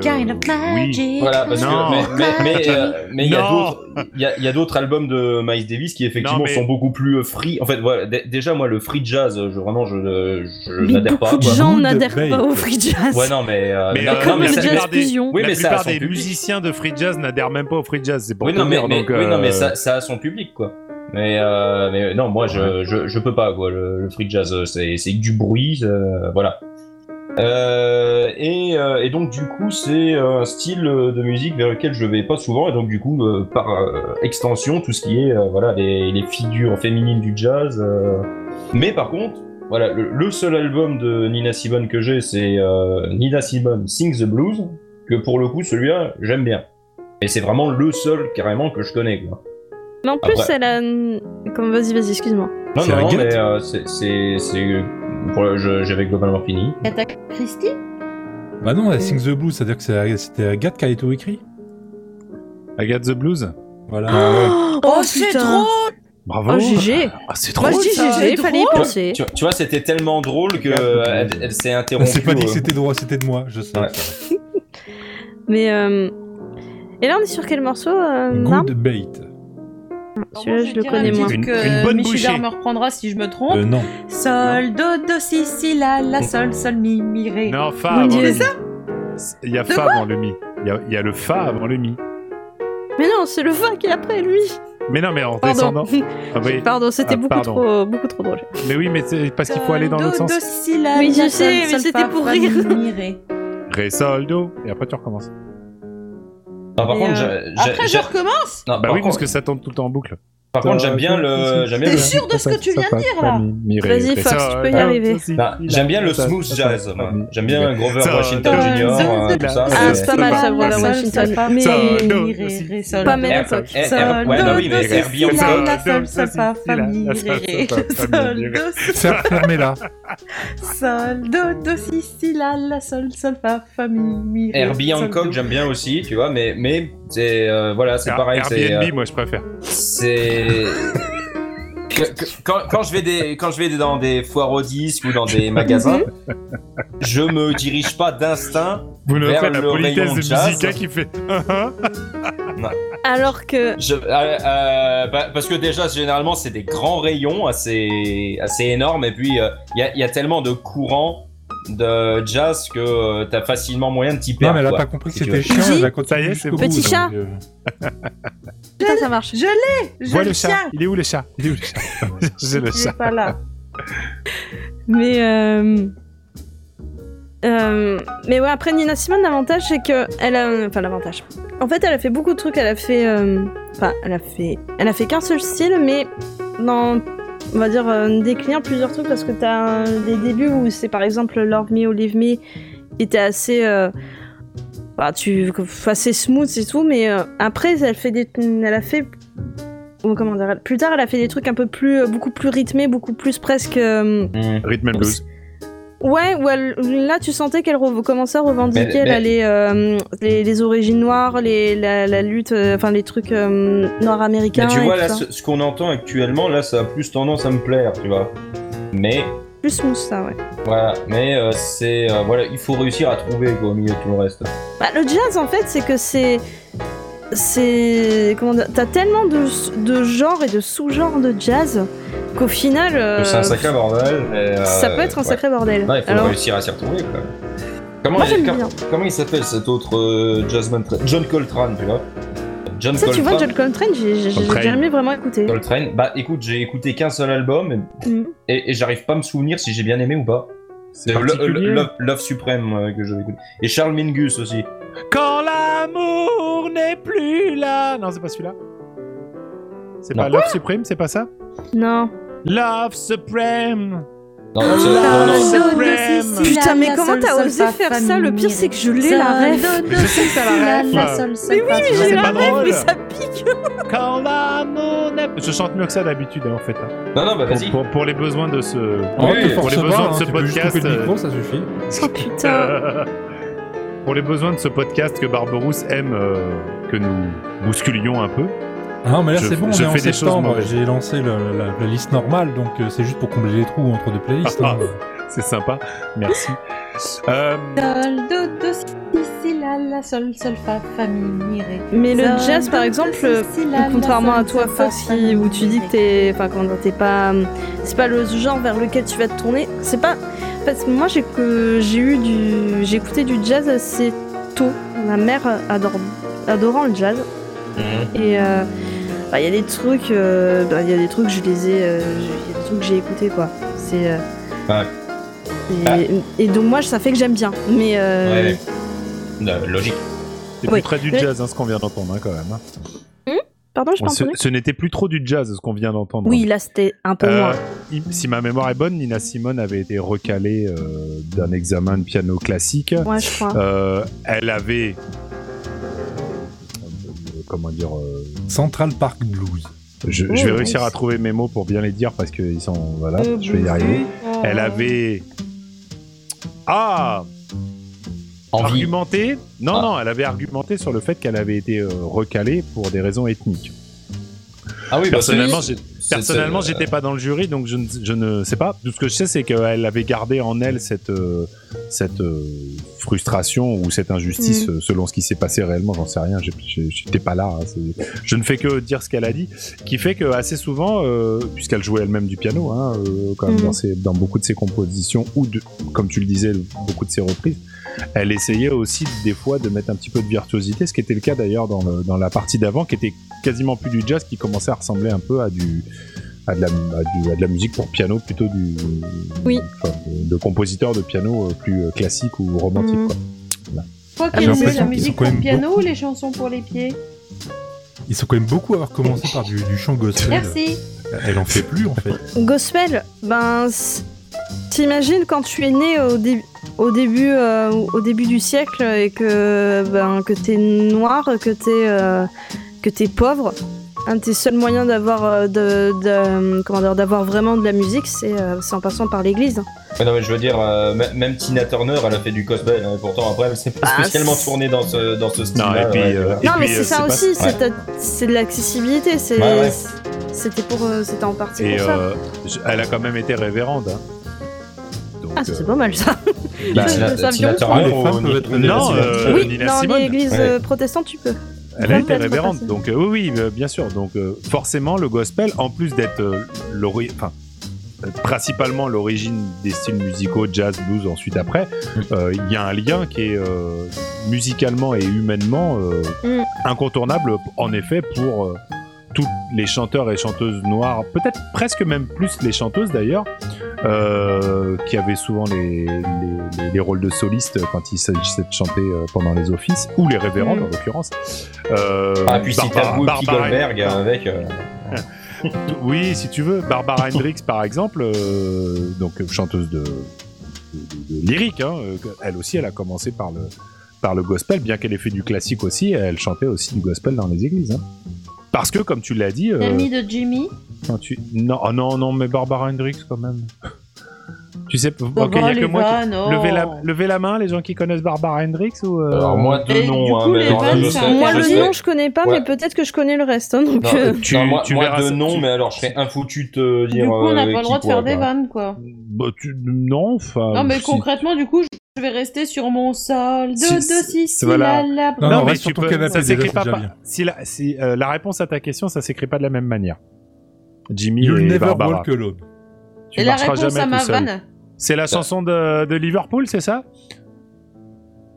oui. Voilà, parce Non. que. Mais mais- mais, euh, mais il y a Non. d'autres- il y a- il y a d'autres albums de Miles Davis qui effectivement Non, mais- sont beaucoup plus euh, free. En fait, voilà, dé- déjà, moi, le free jazz, je, vraiment, je, je Mais n'adhère pas. beaucoup de quoi. gens Good n'adhèrent bait. pas au free jazz. Ouais, non, mais. euh, Mais, non, euh, non, Comme mais le ça- mais- jazz fusion. Oui, la mais ça a plupart son des public. musiciens de free jazz n'adhèrent même pas au free jazz. C'est pour Oui, te non, mais, dire, mais- donc, oui, non, mais euh, ça, ça a son public, quoi. Mais, euh, mais euh, non, moi, je, je, je peux pas, quoi. Le, le free jazz, euh, c'est c'est du bruit, euh, voilà. Euh, et, euh, et donc, du coup, c'est un style euh, de musique vers lequel je vais pas souvent. Et donc, du coup, euh, par euh, extension, tout ce qui est, euh, voilà, les, les figures féminines du jazz. euh. Mais par contre, voilà, le, le seul album de Nina Simone que j'ai, c'est euh, Nina Simone Sings the Blues, que pour le coup, celui-là, j'aime bien. Et c'est vraiment le seul carrément que je connais. Quoi. Mais en plus, Après- elle a. une- Comme vas-y, vas-y, excuse-moi. Non, C'est non, un non, gâteau. mais euh, c'est- c'est. c'est- pour le- je- J'avais globalement fini. Christy Bah non, la Sing the Blues, c'est-à-dire que c'est- c'était Agathe qui a tout écrit. Agathe the Blues. Ah, Voilà. Oh, c'est putain. trop Bravo. Oh, GG. Ah, c'est trop. Moi, je dis ça, GG, c'est fallait y drôle. penser. Tu, tu vois, c'était tellement drôle que euh, elle, elle s'est interrompue. C'est pas dit que euh. c'était droit, c'était de moi, je sais. Ouais. Mais. euh, Et là, on est sur quel morceau euh, Marc Good bait. Celui-là, je le connais petit moins. truc. Une, Une- une bonne bouchée. me reprendra si je me Oh. trompe. Euh, non. Bah, Sol, do, do, si, si, la, la, sol, sol, mi, mi, ré. Non, fa avant Dieu. le mi. C'est Il y a De fa avant le mi. Il y a- il y, a le fa avant le mi. Mais non, c'est le va qui est après lui. Mais non, mais en Pardon. descendant. Ah, oui. Pardon, c'était Ah, beaucoup pardon. trop, beaucoup trop drôle. Mais oui, mais c'est parce qu'il faut Sol, aller dans do, l'autre do, sens. si, la, Oui, je la, sais, sol, mais sol, c'était fa, pour fa, rire. mi, mi, ré. Ré, sol, do. Et après, tu recommences. Non, par Et, contre, euh, j'ai- j'ai- Après, je j'ai- recommence non, Bah par oui, parce contre, que ça tourne tout le temps en boucle. par contre, j'aime bien le. J'aime bien T'es le- sûr de ce que tu viens de dire, là Vas-y, Fox, tu peux y arriver. Bah, Non, Ah, Bah, J'aime bien le smooth jazz. moi. J'aime bien Grover Ça, Washington ça, Jr. ça, euh, tout ça. ça, Ah, mais- c'est pas mal ça, voilà, Sol, Washington. sol, fa, Mais. Ça, mi, do, ré, si, ré, si. sol, Pas do. même Eh, époque. eh, eh, Sol, ouais, do, non, oui, mais euh, do, si, Herbie si, la, Hancock. la, sol, Sol, sol, si, fa, si, fa, la, mi, la, sol, ré. sol, fa, fa, Sol, mi, ré. do, si, Fermez-la. Sol, do, do, si, si, la, la, sol, sol, fa, fa, mi, mi, ré. Herbie Sol, Hancock, do. j'aime bien aussi, tu vois, mais, mais c'est euh, voilà, c'est Ah, pareil. c'est, euh, Airbnb, moi, je préfère. C'est. Que- que- Quand, quand je vais des, quand je vais dans des foires aux disques ou dans des magasins, je me dirige pas d'instinct. Vous Vers notez la le politesse rayon de jazz. Musica qui fait. Alors que. Je- euh, euh, bah, parce que déjà, généralement, c'est des grands rayons assez, assez énormes. Et puis, euh, il y, a, y a tellement de courants de jazz que euh, t'as facilement moyen de t'y Non, perdre. mais elle a quoi. pas compris que Si tu c'était veux. chiant, elle a Ça y continué est, jusqu'au c'est bout. bon. Petit chat. donc, euh, Putain, ça marche. Je l'ai Je Vois le tiens. chat. Il est où le chat Il est où le chat J'ai le Il est chat. pas là. Mais. euh, euh, mais ouais, après Nina Simone, l'avantage c'est que elle a, enfin l'avantage. En fait, elle a fait beaucoup de trucs. Elle a fait, euh, enfin, elle a fait, elle a fait qu'un seul style, mais dans, on va dire, euh, déclinant plusieurs trucs parce que t'as euh, des débuts où c'est par exemple Love Me ou Leave Me, était assez, euh, bah, tu, assez smooth et tout, mais euh, après, elle fait des, elle a fait ou comment dire, plus tard, elle a fait des trucs un peu plus, euh, beaucoup plus rythmés, beaucoup plus presque. euh, Hmm. Rhythm and blues. Ouais, ou elle- là tu sentais qu'elle re- commençait à revendiquer Mais- mais- là, les, euh, les, les origines noires, les, la, la lutte, euh, enfin les trucs euh, noirs américains. Mais tu et vois, tout là, ça. ce, ce qu'on entend actuellement, là, ça a plus tendance à me plaire, tu vois. Mais, Plus smooth ça, ouais. voilà, mais euh, c'est. euh, voilà, il faut réussir à trouver, quoi, au milieu de tout le reste. Bah, le jazz en fait, c'est que c'est. C'est. Comment dire T'as tellement de, de genres et de sous-genres de jazz qu'au final. euh, c'est un sacré bordel. et, euh, ça peut être un ouais. sacré bordel. Ouais, il faut Alors, réussir à s'y retrouver, quoi. Comment, moi il- j'aime com- bien. comment il s'appelle cet autre euh, jazzman tra- John Coltrane, tu vois John Ça, tu vois, Coltrane. John Coltrane, j'ai j'ai- j'ai Coltrane. jamais vraiment écouté. Coltrane. Bah écoute, j'ai écouté qu'un seul album et, Mm. et- et j'arrive pas à me souvenir si j'ai bien aimé ou pas. C'est Lo- particulier. Lo- Love, Love Supreme euh, que j'avais écouté. Et Charles Mingus aussi. Quand l'amour n'est plus là. Non, c'est pas celui-là. C'est Non. pas Love Supreme, c'est pas ça Non. Love Supreme. Non, Ah, c'est- Oh, non, non, Love Zone de Supreme. Sicile. Putain, La- mais la comment seule, t'as seule osé femme faire ça Le pire, c'est que je l'ai la ref. Mais je sais que t'as la ref. Mais oui, mais c'est j'ai la pas ref, drôle. mais ça pique. Quand l'amour n'est Je chante mieux que ça d'habitude, hein, en fait. hein. non, non, bah vas-y. Pour, pour- pour les besoins de ce, Oui, pour les force besoins pas, de hein, ce tu peux juste podcast. couper le euh, micro, ça suffit. Oh putain. pour les besoins de ce podcast que Barberousse aime euh, que nous bousculions un peu. Ah non, mais là Je- c'est bon, on je est en fais des choses septembre, mauvaises. j'ai lancé la, la- la liste normale, donc euh, c'est juste pour combler les trous entre deux playlists. hein. C'est sympa, merci. Euh, la seule, seule fa- famille irait. Mais le Zone jazz, par de exemple, Sicile, la contrairement à seule, toi, seule Fox, fa- qui- où tu dis que famille t'es, enfin comment dire, t'es pas, c'est pas le genre vers lequel tu vas te tourner. C'est pas. En fait, moi j'ai que j'ai eu du, j'ai écouté du jazz assez tôt. Ma mère adore, adorant le jazz. Mhm. Et euh, bah, il y a des trucs, euh, bah, il y a des trucs, je les ai, euh, il y a des trucs que j'ai écoutés quoi. C'est. euh, Ouais. et, et donc moi ça fait que j'aime bien. Mais euh, Ouais. Euh, Logique. c'est Oui. plus très du Mais- jazz hein, ce qu'on vient d'entendre hein, quand même. hein. pardon, je On- parle ce ce n'était plus trop du jazz ce qu'on vient d'entendre. Oui, là c'était un peu Euh, moins. il- si ma mémoire est bonne, Nina Simone avait été recalée euh, d'un examen de piano classique. Ouais, je crois. Euh, elle avait. Comment dire euh, Central Park Blues. je, Oh, je vais nice. réussir à trouver mes mots pour bien les dire parce qu'ils sont. Voilà, Ah, Euh, je vais y arriver. Elle avait. Ah Envie. Argumenté Non, Ah. non, elle avait argumenté sur le fait qu'elle avait été euh, recalée pour des raisons ethniques. Ah oui, bah, c'est- Personnellement, j'ai- c'est- Personnellement, c'est- j'étais pas dans le jury, donc je ne, je ne sais pas. Tout ce que je sais, c'est qu'elle avait gardé en elle cette, euh, cette euh, frustration ou cette injustice, euh, selon ce qui s'est passé réellement. J'en sais rien. j'ai- j'ai- J'étais pas là. hein, c'est- je ne fais que dire ce qu'elle a dit, qui fait que assez souvent, euh, puisqu'elle jouait elle-même du piano, hein, euh, quand même Mhm. dans, ses- dans beaucoup de ses compositions ou de, comme tu le disais, beaucoup de ses reprises, elle essayait aussi des fois de mettre un petit peu de virtuosité, ce qui était le cas d'ailleurs dans, le- dans la partie d'avant, qui était quasiment plus du jazz, qui commençait à ressembler un peu à du à de la, à du- à de la musique pour piano plutôt du Oui. enfin, de, de compositeur de piano euh, plus euh, classique ou romantique. Mhm. quoi. Mm. Toi J'ai qui aimais l'impression la qu'ils sont musique quand pour même piano ou les chansons pour les pieds Euh, Ils sont quand même beaucoup à avoir commencé par du, du chant gospel. Merci. Elle en fait plus en fait. euh. Gospel, ben c- t'imagines quand tu es né au, dé- au début euh, au début du siècle et que ben que t'es noir, que t'es euh, que t'es pauvre, un de tes seuls moyens d'avoir euh, de, de- comment dire, d'avoir vraiment de la musique, c'est euh, c'est en passant par l'église. Ouais, non, mais je veux dire, euh, m- même Tina Turner, elle a fait du gospel, hein, et pourtant après, elle s'est pas Ah, spécialement c'est- tournée dans ce, dans ce style. Non, et puis, euh, non mais puis, c'est euh, c'est ça pas- aussi, c'est de- c'est de l'accessibilité, c'est Ouais, ouais. c'était pour euh, c'était en partie Et pour ça. euh, je- elle a quand même été révérende. hein. Donc, Ah ça, c'est euh, pas mal ça. Bah, je- Tina, je savais Tina pas. Ah, Turner, les ou- femmes peuvent être Tina Non, Turner. euh, oui, Nina dans Simone. l'église Ouais. euh, protestante tu peux. Elle a été Complètement révérende, passé. donc euh, oui, oui, euh, bien sûr. Donc euh, forcément, le gospel, en plus d'être euh, l'ori- enfin, euh, principalement l'origine des styles musicaux, jazz, blues, ensuite après, euh, il y a un lien qui est euh, musicalement et humainement euh, Mm. incontournable, en effet, pour euh, tous les chanteurs et chanteuses noires, peut-être presque même plus les chanteuses d'ailleurs, euh, qui avait souvent les, les- les- les rôles de soliste quand il s'agissait de chanter euh, pendant les offices, ou les révérends en l'occurrence. Euh, Ah, puis si Barbara- t'as Whoopi Barbara- Goldberg euh, avec. euh, oui, si tu veux, Barbara Hendricks par exemple, euh, donc euh, chanteuse de, de- de- de lyrique, hein, euh, elle aussi, elle a commencé par le par le gospel, bien qu'elle ait fait du classique aussi, elle chantait aussi du gospel dans les églises. hein. Parce que, comme tu l'as dit, euh, L'ami de Jimmy. quand tu- non, oh non, non, mais Barbara Hendricks quand même. Tu sais, ok, Bon, il y a les que moi qui- vannes, oh. Levez la, levez la main, les gens qui connaissent Barbara Hendricks ou. euh, Alors, moi, deux Et noms, du coup, hein, mais les alors là, vannes, je ça sais- a Moi, je perdu. sais- le nom, je connais pas, Ouais. mais peut-être que je connais le reste. hein, donc, Non, euh, euh, Tu- non, moi, tu moi, verras deux ça- noms, tu- mais alors je serais infou tu te Du dire. coup, on n'a euh, pas le qui droit de pourrait, faire des quoi. vannes, quoi. bah, tu- non, enfin. Non, mais Ah, si- concrètement, du coup, je vais rester sur mon sol. Si- De, de, si, si, voilà. la, la. Non, Non, non, mais reste tu sur ton peux- canapé, ça déjà, s'écrit c'est pas. déjà par- bien. Si la, si, euh, la réponse à ta question, ça s'écrit pas de la même manière. Jimmy You'll et never Barbara. walk alone. Tu Et la marcheras réponse jamais à tout ma seul. vanne. C'est la chanson de, de Liverpool, c'est ça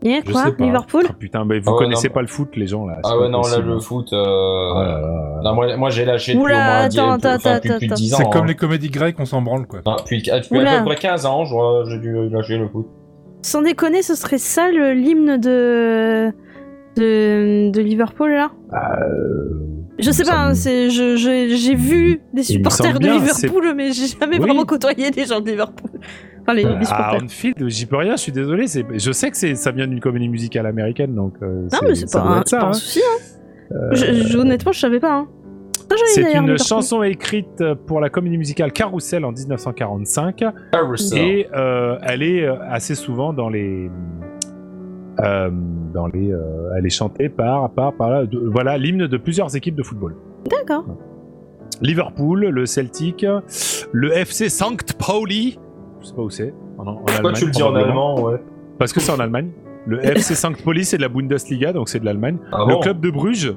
il y a Je quoi sais pas. Liverpool Ah, Putain, mais vous Ah ouais, connaissez non, pas le foot, les gens là. c'est Ah pas ouais, non, là, possible. le foot. euh, Ah là là. Non, moi, moi, j'ai lâché depuis au Oula, moins dix- attends, enfin, attends, plus- plus de attends, 10 ans. C'est comme hein. les comédies grecques, on s'en branle, quoi. Non, depuis, ah, depuis à Oula. peu près 15 ans, je vois, j'ai dû lâcher le foot. Sans déconner, ce serait ça le- l'hymne de... de. de Liverpool, là Je sais il me pas, hein, semble- c'est- je- je- j'ai vu des Il me supporters semble de bien, Liverpool, mais j'ai jamais Oui. vraiment côtoyé des gens de Liverpool. Enfin, les, les Ah, supporters. Anfield, j'y peux rien, je suis désolé. c'est- Je sais que c'est- ça vient d'une comédie musicale américaine, donc. euh, non, mais c'est ça pas, doit un- être ça, pas un hein. Euh, souci. Hein. Je- je- honnêtement, je savais pas. Hein. Putain, j'avais C'est d'ailleurs une Liverpool. chanson écrite pour la comédie musicale Carousel en 1945 Carousel. et euh, elle est euh, assez souvent dans les euh, dans les euh, elle est chantée par par par là, de- voilà l'hymne de plusieurs équipes de football. D'accord. Liverpool, le Celtic, le FC Sankt Pauli, je sais pas où c'est. En, en Pourquoi Allemagne, tu le dis en probablement. allemand, ouais Parce que c'est en Allemagne. Le FC Sankt Pauli, c'est de la Bundesliga, donc c'est de l'Allemagne. Ah le bon club de Bruges,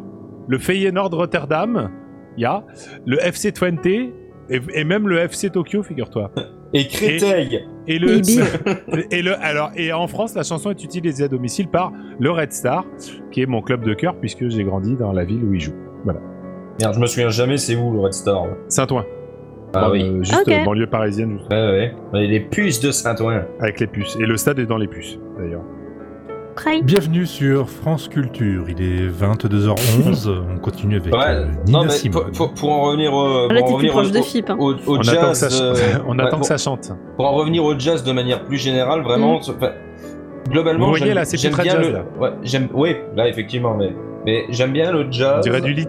le Feyenoord Rotterdam, il y a le FC Twente et, et même le FC Tokyo, figure-toi. Et Créteil Et le, Et bien. et le alors et en France, la chanson est utilisée à domicile par le Red Star, qui est mon club de cœur puisque j'ai grandi dans la ville où il joue. Merde, je me souviens jamais c'est où le Red Star. ouais. Saint-Ouen, Ah Dans, oui. euh, juste Ok. euh, banlieue parisienne, juste Ouais, ouais. Et les puces de Saint-Ouen. avec les puces. Et le stade est dans les puces d'ailleurs. Train. Bienvenue sur France Culture. Il est 22h11. on continue avec Ouais, euh, non, Nina mais Simone. pour, pour- pour en revenir, euh, pour Là, en t'es plus revenir proche au- de au- FIP. hein. au, au on attend que jazz, ça, ch- euh, on ouais, attend que pour- ça chante. pour en revenir au jazz de manière plus générale, vraiment, Mm. c'est- enfin, globalement, Vous voyez, j'aime- là, c'est plus j'aime très bien jazz, le, là. ouais, j'aime, oui, là effectivement, mais, mais j'aime bien le jazz. On dirait du lit.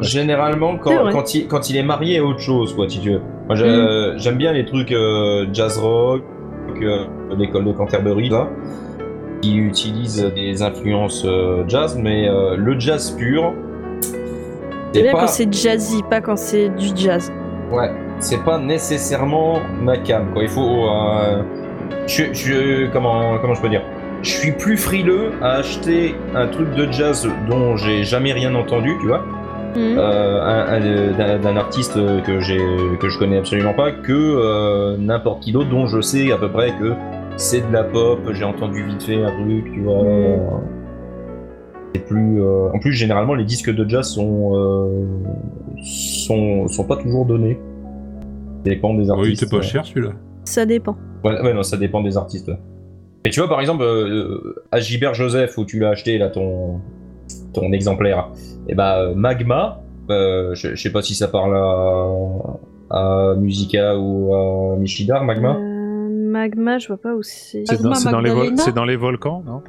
Généralement, C'est quand, vrai. quand, il, quand il est marié à autre chose, quoi, si tu veux. Moi, j'ai- euh, Mm. j'aime bien les trucs euh, jazz rock, euh, l'école de Canterbury, là, qui utilise des influences euh, jazz, mais euh, le jazz pur, C'est c'est bien pas, quand c'est jazzy, pas quand c'est du jazz. ouais, c'est pas nécessairement ma cam, quoi. Il faut. euh, je, je, comment, comment je peux dire Je suis plus frileux à acheter un truc de jazz dont j'ai jamais rien entendu, tu vois Mhm. euh, un- un de- d'un d'un artiste que j'ai que je connais absolument pas que euh, n'importe qui d'autre dont je sais à peu près que c'est de la pop j'ai entendu vite fait un truc tu vois c'est plus euh, en plus généralement les disques de jazz sont euh, sont sont pas toujours donnés ça dépend Oui, des artistes hein. c'est pas cher celui-là. Ça dépend. ouais, ouais, non ça dépend des artistes et tu vois par exemple euh, euh, à Gilbert Joseph où tu l'as acheté là ton ton exemplaire. Et bah euh, Magma, euh, je, je sais pas si ça parle à, à Musica ou à Michidar, Magma. Euh, magma, je vois pas où c'est. Hein C'est dans, Magma c'est dans les vol- Magdalena c'est dans les volcans, non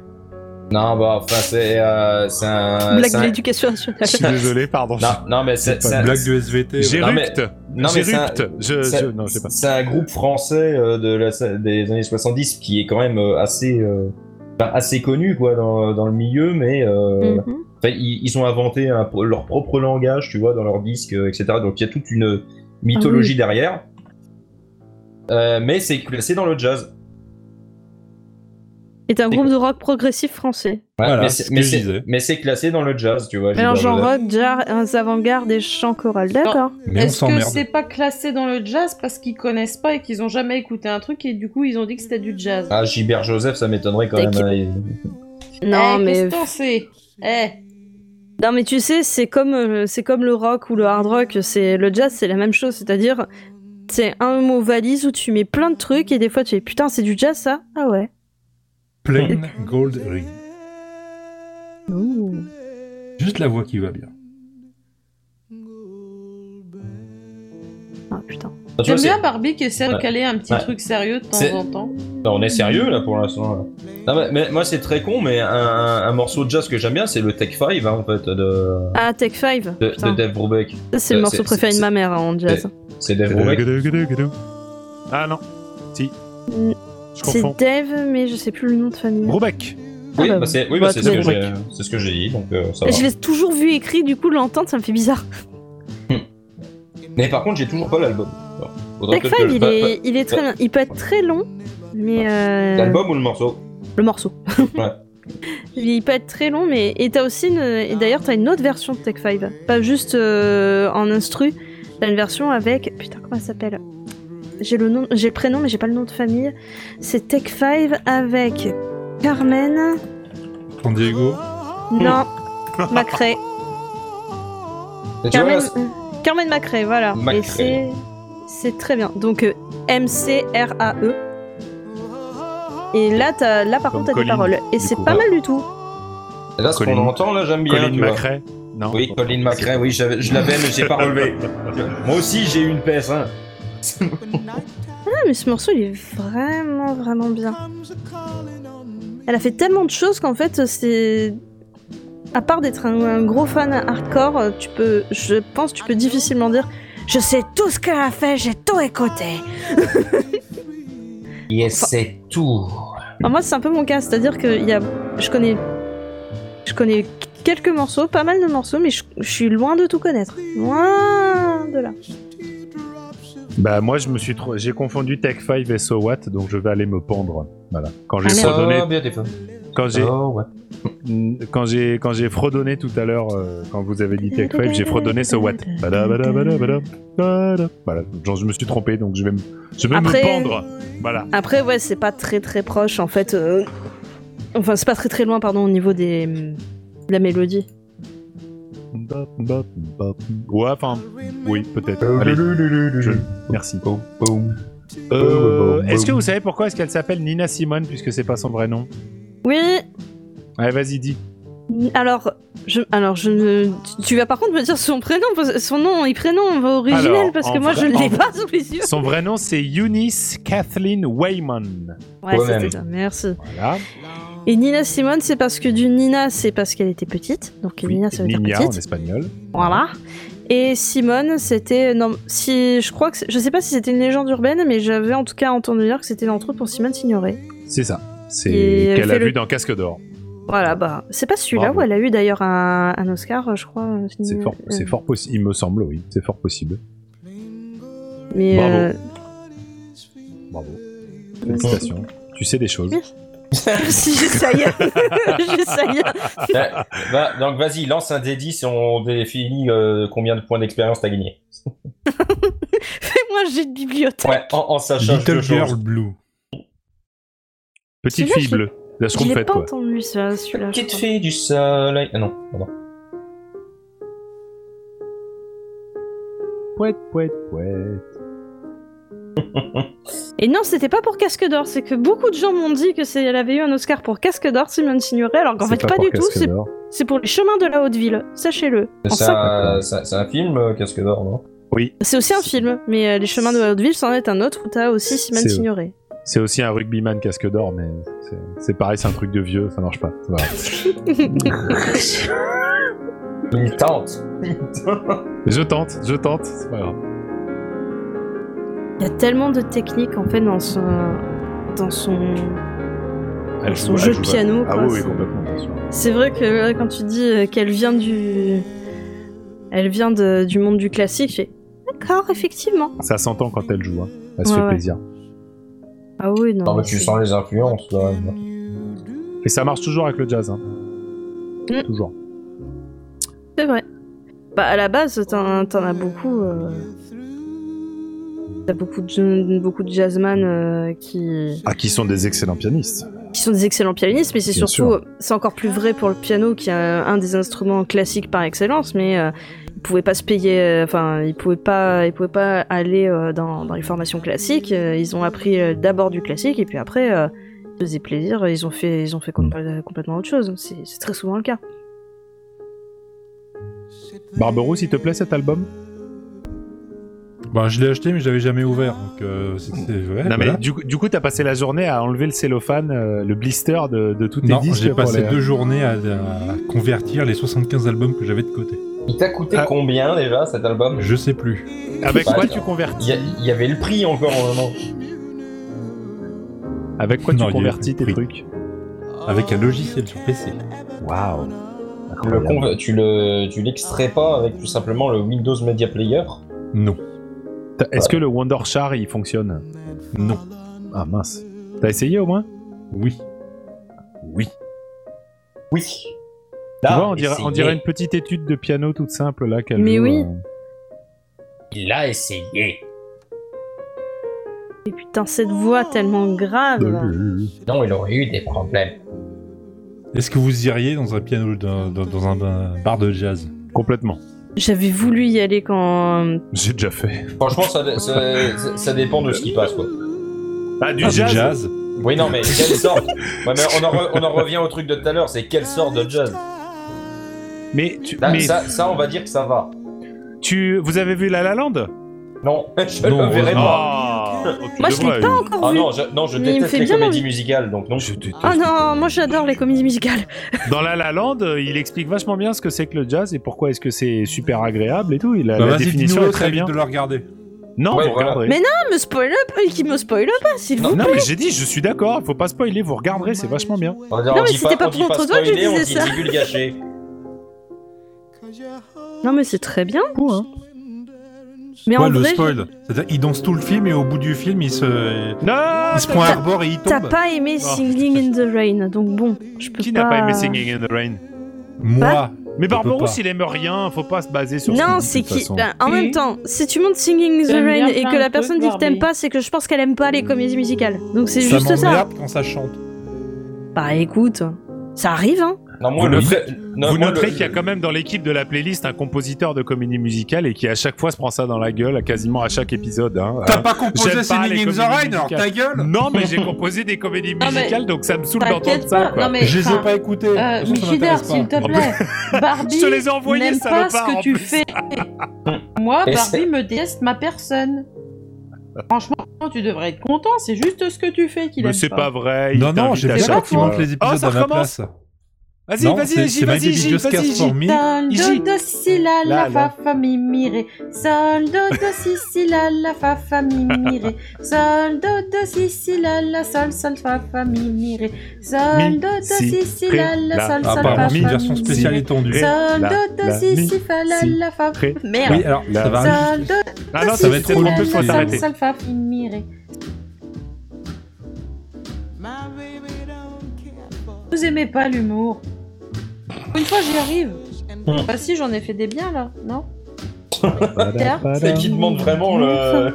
Non bah enfin c'est euh, c'est un. Blague c'est de un- l'éducation Je nationale. suis désolé, pardon. Non, non mais c'est pas c'est une un- Blague du SVT. ouais. J'ai Non, mais- ructe. non, mais c'est un- J'érupte. Je, c'est- euh, je- non, je sais pas. C'est un groupe français euh, de la, des années 70 qui est quand même euh, assez euh, enfin, assez connu quoi dans, dans le milieu, mais euh, Mhm. Enfin, ils, ils ont inventé un- leur propre langage, tu vois, dans leurs disques, euh, etc. Donc il y a toute une Ah mythologie derrière. Euh, mais c'est classé dans le jazz. Est un groupe de rock progressif français. Ouais, Voilà, mais c'est c'est- ce que mais je c'est disais. mais c'est classé dans le jazz, tu vois. Alors, Gilbert genre Joseph. rock, jazz, avant-garde et chant choral. D'accord. Mais on Est-ce que c'est s'emmerde. pas classé dans le jazz parce qu'ils connaissent pas et qu'ils ont jamais écouté un truc et du coup ils ont dit que c'était du jazz Ah, Gilbert Joseph, ça m'étonnerait quand même. T'inquiète. hein, il- Non, Eh, mais. Constant, c'est. Eh, Non, mais tu sais, c'est comme, euh, c'est comme le rock ou le hard rock. C'est Le jazz, c'est la même chose. C'est-à-dire, c'est un mot valise où tu mets plein de trucs et des fois tu fais putain, c'est du jazz ça Ah ouais. Plain Gold Ring. Ouh. Juste la voix qui va bien. Ah putain. Ah, tu vois, J'aime c'est- bien Barbie qui essaie de Ouais. caler un petit Ouais. truc sérieux de C'est- temps en temps. Non, on est sérieux là pour l'instant. là. Non, mais, mais moi c'est très con, mais un, un- un morceau de jazz que j'aime bien, c'est le Tech 5 hein, en fait de, Ah, Tech 5. de, putain. de Dave Brubeck. Ça, c'est le euh, morceau c'est- préféré de c'est- ma mère hein, en jazz. C'est Dave Brubeck. Ah non, si. Mm, Je C'est confonds. Dave, mais je sais plus le nom de famille. Brobeck. Oui, Ah, bah, bah, c'est oui, bah, bah, c'est ce Dave que j'ai- Brubeck. c'est ce que j'ai dit, donc euh, ça va. Je l'ai toujours vu écrit, du coup, l'entendre, ça me fait bizarre. Mais par contre, j'ai toujours pas l'album. Alors, faudrait Tech peut-être que 5, je- il pas- est, il est très bien. Il peut être très long, mais. pas- euh, L'album ou le morceau Le morceau. Ouais. Il peut être très long, mais. Et t'as aussi une. Et d'ailleurs, t'as une autre version de Tech 5. Pas juste euh, en instru. T'as une version avec. Putain, comment elle s'appelle J'ai le nom, j'ai le prénom, mais j'ai pas le nom de famille. C'est Tech 5 avec Carmen. San Diego. Non, Macrae. Mais tu vois, Carmen, là, c'est- euh, Carmen Macrae, voilà. Macrae. Et c'est. C'est très bien. Donc euh, M-C-R-A-E. E. Et là, t'as- là par Comme contre, t'as des Colin, paroles. Et du c'est coup. pas mal du tout. là, ce qu'on Colin- entend là, j'aime bien. Colin tu vois. Macrae. Non. Oui, Colin Macrae, oui, j'avais- je l'avais, mais j'ai pas relevé. Moi aussi, j'ai eu une PS1. Ah, mais ce morceau, il est vraiment, vraiment bien. Elle a fait tellement de choses qu'en fait, c'est. À part d'être un, un gros fan hardcore, tu peux. Je pense, tu peux difficilement dire. Je sais tout ce qu'elle a fait, j'ai tout écouté. Yes, c'est tout. Alors moi, c'est un peu mon cas, c'est-à-dire que il y a, je connais, je connais quelques morceaux, pas mal de morceaux, mais je, je suis loin de tout connaître, loin de là. Bah moi je me suis trop... j'ai confondu Tech 5 et So What donc je vais aller me pendre. Voilà. Quand j'ai Ah, merde. fredonné, bien des fois. quand j'ai Oh, ouais. Ah. quand j'ai quand j'ai fredonné tout à l'heure euh, quand vous avez dit Tech 5, j'ai fredonné So What. Bada, bada, bada, bada, bada. Voilà, genre je me suis trompé donc je vais me je vais Après- me pendre. Voilà. Après, ouais, c'est pas très très proche, en fait. euh, Enfin, c'est pas très très loin, pardon, au niveau des de la mélodie. Bop, bop, bop. Ouais, enfin Euh, oui, peut-être. Allez, je- Merci. Euh, est-ce que vous savez pourquoi est-ce qu'elle s'appelle Nina Simone puisque c'est pas son vrai nom Oui. Allez, vas-y dis. Alors, je, alors je ne, tu- tu vas par contre me dire son prénom, parce- son nom et prénom original, Alors, parce en que moi vrai- je l'ai en- pas sous les yeux. Son vrai nom c'est Eunice Kathleen Wayman. Ouais, Ouais, c'était même. ça. Merci. Voilà. Et Nina Simone, c'est parce que du Nina, c'est parce qu'elle était petite. Donc Oui, Nina, ça veut dire Nina en petite. espagnol. Voilà. Et Simone, c'était non, si je crois que c'est- je sais pas si c'était une légende urbaine, mais j'avais en tout cas entendu dire que c'était une entrée pour Simone Signoret. C'est ça. Et C'est elle qu'elle a fait vu le- dans Casque d'or. Voilà, bah c'est pas celui-là Bravo. où elle a eu d'ailleurs un, un Oscar, je crois. euh, C'est fort, euh, c'est fort possible. Il me semble, oui. C'est fort possible. Mais Bravo. euh, Bravo. Félicitations. Tu sais des Mm. choses. si j'essayais, j'essayais. Bah, bah, donc vas-y, lance un des 10 et on définit euh, combien de points d'expérience t'as gagné. Fais-moi j'ai de bibliothèque. Ouais, en, en sachant Little quelque chose. Girl Blue. Petite Celui-là, fille je l'ai- bleue. La Je l'ai schtroumpfette, pas quoi. entendu ça, celui-là. je Petite crois. fille du soleil. Ah non, pardon. Pouet, pouet, pouet. Et non, c'était pas pour Casque d'Or, c'est que beaucoup de gens m'ont dit que c'est elle avait eu un Oscar pour Casque d'Or, Simone Signoret, alors qu'en C'est fait pas, pour du tout, Casque c'est d'or. C'est pour les chemins de la haute ville, sachez-le. En C'est cinq- un, c'est un- c'est un film, euh, Casque d'or, non Oui, C'est aussi un film, mais euh, les chemins de la haute ville, c'en est un autre où t'as aussi Simone C'est- Signoret. c'est aussi un rugbyman Casque d'or, mais c'est- c'est pareil, c'est un truc de vieux, ça marche pas. Voilà. Il tente. je tente, je tente. C'est pas grave. Il y a tellement de techniques en fait dans son dans son Elle son jeu elle de piano, Ah quoi, oui, oui, c'est- complètement. bien sûr. C'est vrai que euh, quand tu dis euh, qu'elle vient du elle vient de- du monde du classique, j'ai d'accord effectivement. Ça s'entend quand elle joue. hein. Elle se Ouais, fait ouais. plaisir. Ah oui non. Non, mais mais tu c'est- sens les influences, là. Et ça marche toujours avec le jazz. Hein. Mm. Toujours. C'est vrai. Bah à la base t'en t'en as beaucoup. euh, T'as beaucoup de beaucoup de jazzman euh, qui Ah, qui sont des excellents pianistes. qui sont des excellents pianistes, mais c'est Bien surtout, c'est encore plus vrai pour le piano qui est euh, un des instruments classiques par excellence, mais euh, ils pouvaient pas se payer, euh, enfin ils pouvaient pas, ils pouvaient pas aller euh, dans, dans les formations classiques. euh, Ils ont appris euh, d'abord du classique et puis après euh, ils se faisaient plaisir, ils ont fait, ils ont fait compl- complètement autre chose. C'est c'est très souvent le cas. Barbero, s'il te plaît, cet album Bah, je l'ai acheté, mais je l'avais jamais ouvert. Donc, euh, c'est- c'est vrai. Non, voilà. mais du, coup- du coup, t'as passé la journée à enlever le cellophane, euh, le blister de, de tous tes Non, disques. j'ai pour passé les- deux journées à, à convertir les 75 albums que j'avais de côté. Il t'a coûté Ah. combien déjà cet album Je sais plus. Avec Bah, quoi attends. tu Il convertis y, a- il y avait le prix encore au moment. Avec quoi Non, il tu y a convertis tes le prix. trucs Avec un logiciel sur PC. Waouh Tu le con- tu le, tu l'extrais pas avec tout simplement le Windows Media Player Non. Est-ce que le Wonder Char il fonctionne Non. Ah mince. T'as essayé au moins Oui. Oui. Oui. Tu Là, vois, on dirait, on essayez. dirait une petite étude de piano toute simple là qu'elle Mais joue, oui. euh, Il a essayé. Et putain cette voix tellement grave. Sinon, il aurait eu des problèmes. Est-ce que vous iriez dans un piano, dans, dans- dans un bar de jazz Complètement. J'avais voulu y aller quand euh, J'ai déjà fait. Franchement, ça, ça- ça- ça dépend de ce qui passe, quoi. Ah, du Ah, jazz, Oui, non, mais quelle sorte Ouais, mais on, en re- on en revient au truc de tout à l'heure, c'est quelle sorte de jazz Mais, tu, Bah, Là, mais ça, ça, on va dire que ça va. tu, vous avez vu La La Land Non, je Non, le verrai heureusement. pas. Ah, oh, tu Moi, je l'ai devrais. pas encore Ah vu. non, je, non, je Mais il me déteste fait les bien comédies envie. musicales, donc non. Je déteste. Ah non, moi j'adore les comédies musicales. Dans La La Land, euh, il explique vachement bien ce que c'est que le jazz et pourquoi est-ce que c'est super agréable et tout. Il a Bah, la vas-y, définition dis-nous est très très vite bien. de le regarder. Non, Ouais, vous voilà. regarderez. Mais Ah, me spoil pas, qui me spoil pas, s'il vous Non, mais j'ai dit, je suis d'accord, faut pas spoiler, vous regarderez, c'est vachement bien. On va dire, Non, on mais dit c'était pas on dit contre toi que je spoiler, on disais dit ça. divulgue gâché. Non mais c'est très hein. bien. Mais Ouais, en le vrai, spoil. C'est-à-dire, il danse tout le film et au bout du film, il se, Non il se prend un rebord et il t'as tombe. pas aimé Oh. Singing in the Rain, donc bon, je peux Qui pas. n'a pas aimé Singing in the Rain Moi, Mais peux pas. Barbarousse, il aime rien, faut pas se baser sur ce qu'il Non, dit, de c'est toute qui façon. ben, En Oui. même temps, si tu montes Singing in the T'aimes bien Rain et plein que de la personne trucs, dit que t'aimes Barbie. Mmh. pas, c'est que je pense qu'elle aime pas les comédies musicales. Donc c'est juste ça. m'emmerde quand ça chante. Bah écoute, ça arrive, hein. Non, moi, Vous le noterez- fait- non, Vous moi, noterez le- qu'il y a quand même dans l'équipe de la playlist un compositeur de comédie musicale et qui à chaque fois se prend ça dans la gueule, à quasiment à chaque épisode. hein. T'as pas composé j'aime pas les Singing in the comédies Rain, alors musicales. ta gueule Non, mais j'ai composé des comédies Non, mais- musicales, donc ça me saoule d'entendre T'inquiète ça. pas, quoi. non mais. Je les ai enfin, pas écoutés. euh, Ça, ça Michider, m'intéresse s'il pas. te plaît, Barbie. Ah, bah, Je te les ai envoyés, n'aime pas salopard, ce en que tu plus. fais. Moi, Et c'est- Barbie me déteste ma personne. Franchement, tu devrais être content, c'est juste ce que tu fais qu'il Mais aime c'est pas vrai. il Non, non, t'invite j'ai à bien pas chaque quand faux. il fois. monte les Oh, épisodes ça à ma recommence. place. Vas-y, Non, vas-y, c'est- J, c'est vas-y, Maggie J, Just vas-y, Cast J. for Me. Soldo Igi. de si la Là, la là. fa fa mi mi ré. Soldo de si si la la fa fa mi mi ré. Soldo de si si la la sol sol fa fa mi mi ré. Soldo de si, si si ré, la la la. sol Ah, pardon, sol fa c'est fa une mi version mi spéciale ré. étendue. Soldo de la, si mi, si fa la si, la fa. ré, Merde. Oui, alors La- ça va. Soldo de Ah non, si ça va si, si, être si trop la, la peu, faut la la, sol s'arrêter. sol fa mi mi ré. Vous aimez pas l'humour. Une fois j'y arrive. Hmm. Bah si j'en ai fait des biens là, non C'est qui demande vraiment le-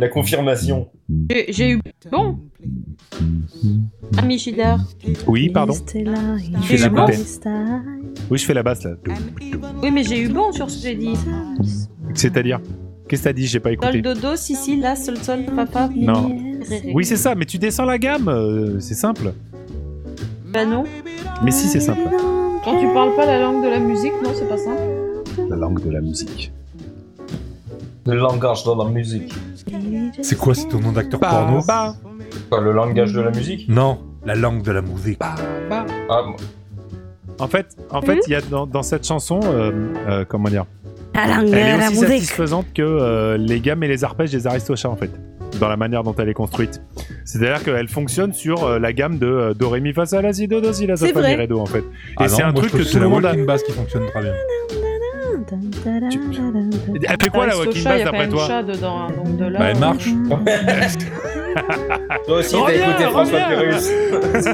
la confirmation. J'ai- J'ai eu bon. Ami Shida. Oui, pardon. Stella, fais la Stella, basse. Stella. Oui, je fais la basse là. Oui, mais j'ai eu bon sur ce que j'ai dit. C'est-à-dire Qu'est-ce que t'as dit J'ai pas Sol, écouté. dodo, si, si, la, sol, sol, papa, mi, Non. mi, ré, ré. Oui, c'est ça, mais tu descends la gamme, euh, c'est simple. Bah non. Mais si, c'est simple. Quand tu parles pas la langue de la musique, non, c'est pas ça. La langue de la musique. Le langage dans la musique. C'est quoi, c'est ton nom d'acteur porno Bah, Quoi, le langage de la musique Non, la langue de la musique. bah. Ah, bon. En fait, en Mhm. fait, il y a dans, dans cette chanson, euh, euh, comment dire, La langue de elle est la aussi musique. satisfaisante que euh, les gammes et les arpèges des aristochats en fait, dans la manière dont elle est construite. C'est-à-dire qu'elle fonctionne sur euh, la gamme de euh, do ré mi fa sol la si do do si la sol C'est fa mi vrai. ré do en fait. Ah et c'est non, un moi, je truc trouve que c'est tout le la monde a. walking bass qui fonctionne très bien. Elle fait quoi la Avec ce walking chat, y bass a quand d'après même toi chat dedans, hein, donc de là. Bah, elle marche. Ouais. Toi aussi, t'as Reviens, écouté François reviens. Pérus.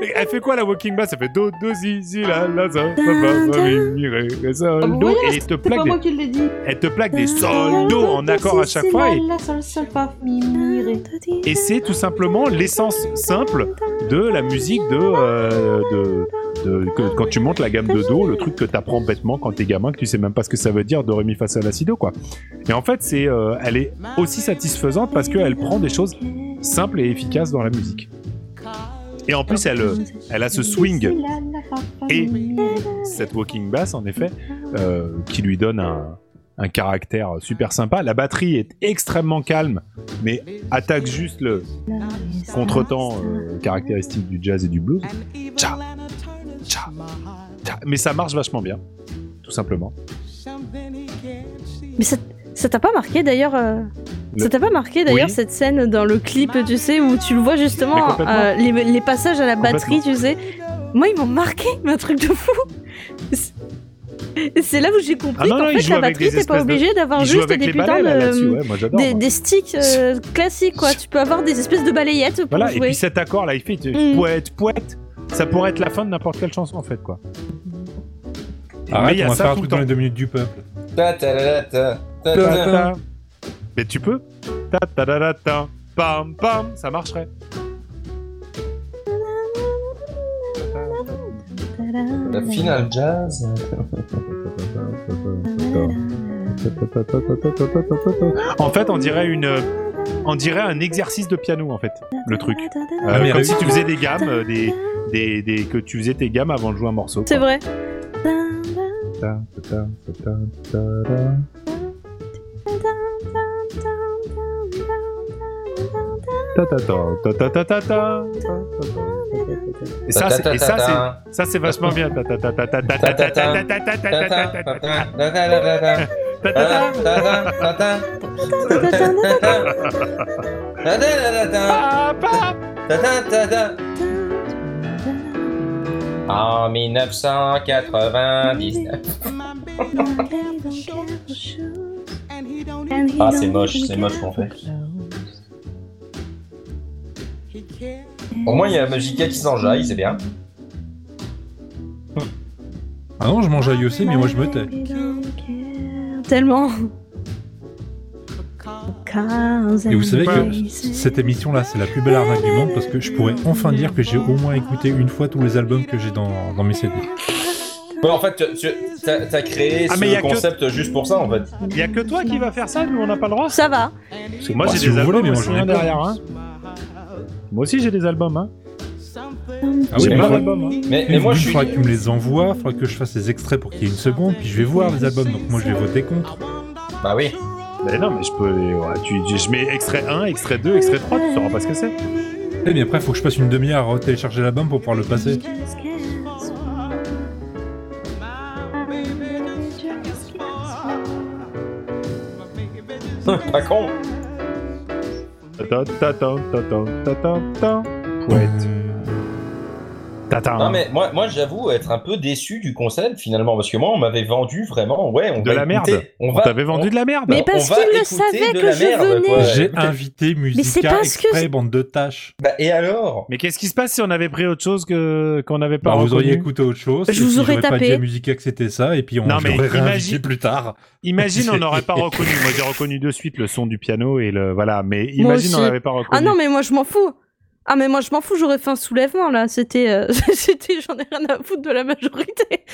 Et Elle fait quoi la walking bass Elle fait do do si si la la ça ça va ça mi mi ré ré sol Ah, vous do voyez, et elle te C'est plaque pas des, moi Ah, qui l'ai dit. elle te plaque des sol do en accord à chaque fois et, La sol sol fa mi mi ré. et c'est tout simplement l'essence simple de la musique de, euh, de, de- que- quand tu montes la gamme de do le truc que t'apprends bêtement quand t'es gamin que tu sais même pas ce que ça veut dire de rémi face à l'acido quoi. Et en fait c'est euh, elle est aussi satisfaisante parce qu'elle prend des choses simples et efficaces dans la musique. Et en plus elle euh, elle a ce swing et cette walking bass en effet euh, qui lui donne un, un caractère super sympa la batterie est extrêmement calme mais attaque juste le contretemps euh, caractéristique du jazz et du blues Tcha, tcha, tcha. Ah, mais ça marche vachement bien tout simplement Mais ça ça t'a pas marqué d'ailleurs euh, Le- Ça t'a pas marqué d'ailleurs Oui. cette scène dans le clip, tu sais, où tu le vois Mais justement complètement. euh, les, les passages à la batterie, tu sais. Moi, ils m'ont marqué, mais un truc de fou. C'est- C'est là où j'ai compris Ah non, qu'en non, il fait joue la avec des batterie, t'es pas espèces de- obligé d'avoir Il joue juste avec des les putains balais là, là-dessus de ouais, moi j'adore des, moi. des sticks euh, classiques, quoi. Tu peux avoir des espèces de balayettes pour voilà et jouer. puis cet accord là il fait Mm. poète poète ça pourrait être la fin de n'importe quelle chanson en fait quoi Mais il Arrête, y a on va ça faire un tout le truc dans temps. les deux minutes du peuple. Ta ta la la ta. Ta ta Ta, ta. ta. Mais tu peux ta ta ta ta ta. Pam pam, ça marcherait. La finale jazz. En fait, on dirait une on dirait un exercice de piano en fait, le truc. Euh, Ah, mais comme avec- si tu faisais des gammes euh, des, des, des que tu faisais tes gammes avant de jouer un morceau. C'est vrai. Ta, ta, ta, ta, ta, ta. Ta, ta, ta, ta, ta, ta, ta, ta. Et ça, c'est- et ça, c'est Ça c'est vachement bien. Ta ta ta ta ta ta ta ta ta ta ta ta ta ta ta ta ta. Ta ta ta. Papa. En 1999. Ah, c'est moche, c'est moche qu'on fait. Au moins, il y a Magica qui s'enjaille, c'est bien. Ah non, je mange aïe aussi, mais moi je me tais. Tellement. Et vous savez que cette émission-là, c'est la plus belle arnaque du monde parce que je pourrais enfin dire que j'ai au moins écouté une fois tous les albums que j'ai dans, dans mes CD. Ouais, en fait, tu- tu t'as t'as créé Ah, mais y a ce que- concept juste pour ça, en fait. Y a que toi qui va faire ça, nous on n'a pas le droit. Ça va. Parce que moi Bah, j'ai si des vous voulez, albums mais moi, aussi j'en ai hein, plein. derrière. hein. Moi aussi j'ai des albums. Hein. Ah J'ai mais plein moi- d'albums, hein. Mais, mais Il moi, je suis. faudra que tu me les envoies, faudra que je fasse les extraits pour qu'il y ait une seconde, puis je vais voir les albums, donc moi je vais voter contre. Bah oui. Mais non, mais je peux. les- ouais, tu- tu- je mets extrait 1, extrait 2, extrait 3, tu sauras pas ce que c'est. Eh mais après, faut que je passe une demi-heure à télécharger l'album pour pouvoir le passer. Hum, Pas con. Ta ta ta ta ta ta ta ta. Ouais. Ta ta. Non, mais moi, moi j'avoue être un peu déçu du concept finalement, parce que moi, on m'avait vendu vraiment. Ouais, on De va la écouter- merde. On On va. t'avait vendu de la merde. Mais on parce va qu'il le écouter savait de que la je merde, venais. quoi. J'ai Écoutez- invité c'est Musica parce que exprès, c'est- bande de tâches. Bah, et alors Mais qu'est-ce qui se passe si on avait pris autre chose que qu'on n'avait pas Bah, vous auriez reconnu écouté autre chose. Je et vous puis aurais j'aurais pas tapé. dit à Musica que c'était ça, et puis on Non, non, mais imagine- plus tard. Imagine, on n'aurait pas reconnu. Moi, j'ai reconnu de suite le son du piano et le voilà. Mais imagine, on aussi. n'avait pas reconnu. Ah non, mais moi je m'en fous. Ah mais moi je m'en fous, j'aurais fait un soulèvement là. C'était, euh, c'était, j'en ai rien à foutre de la majorité.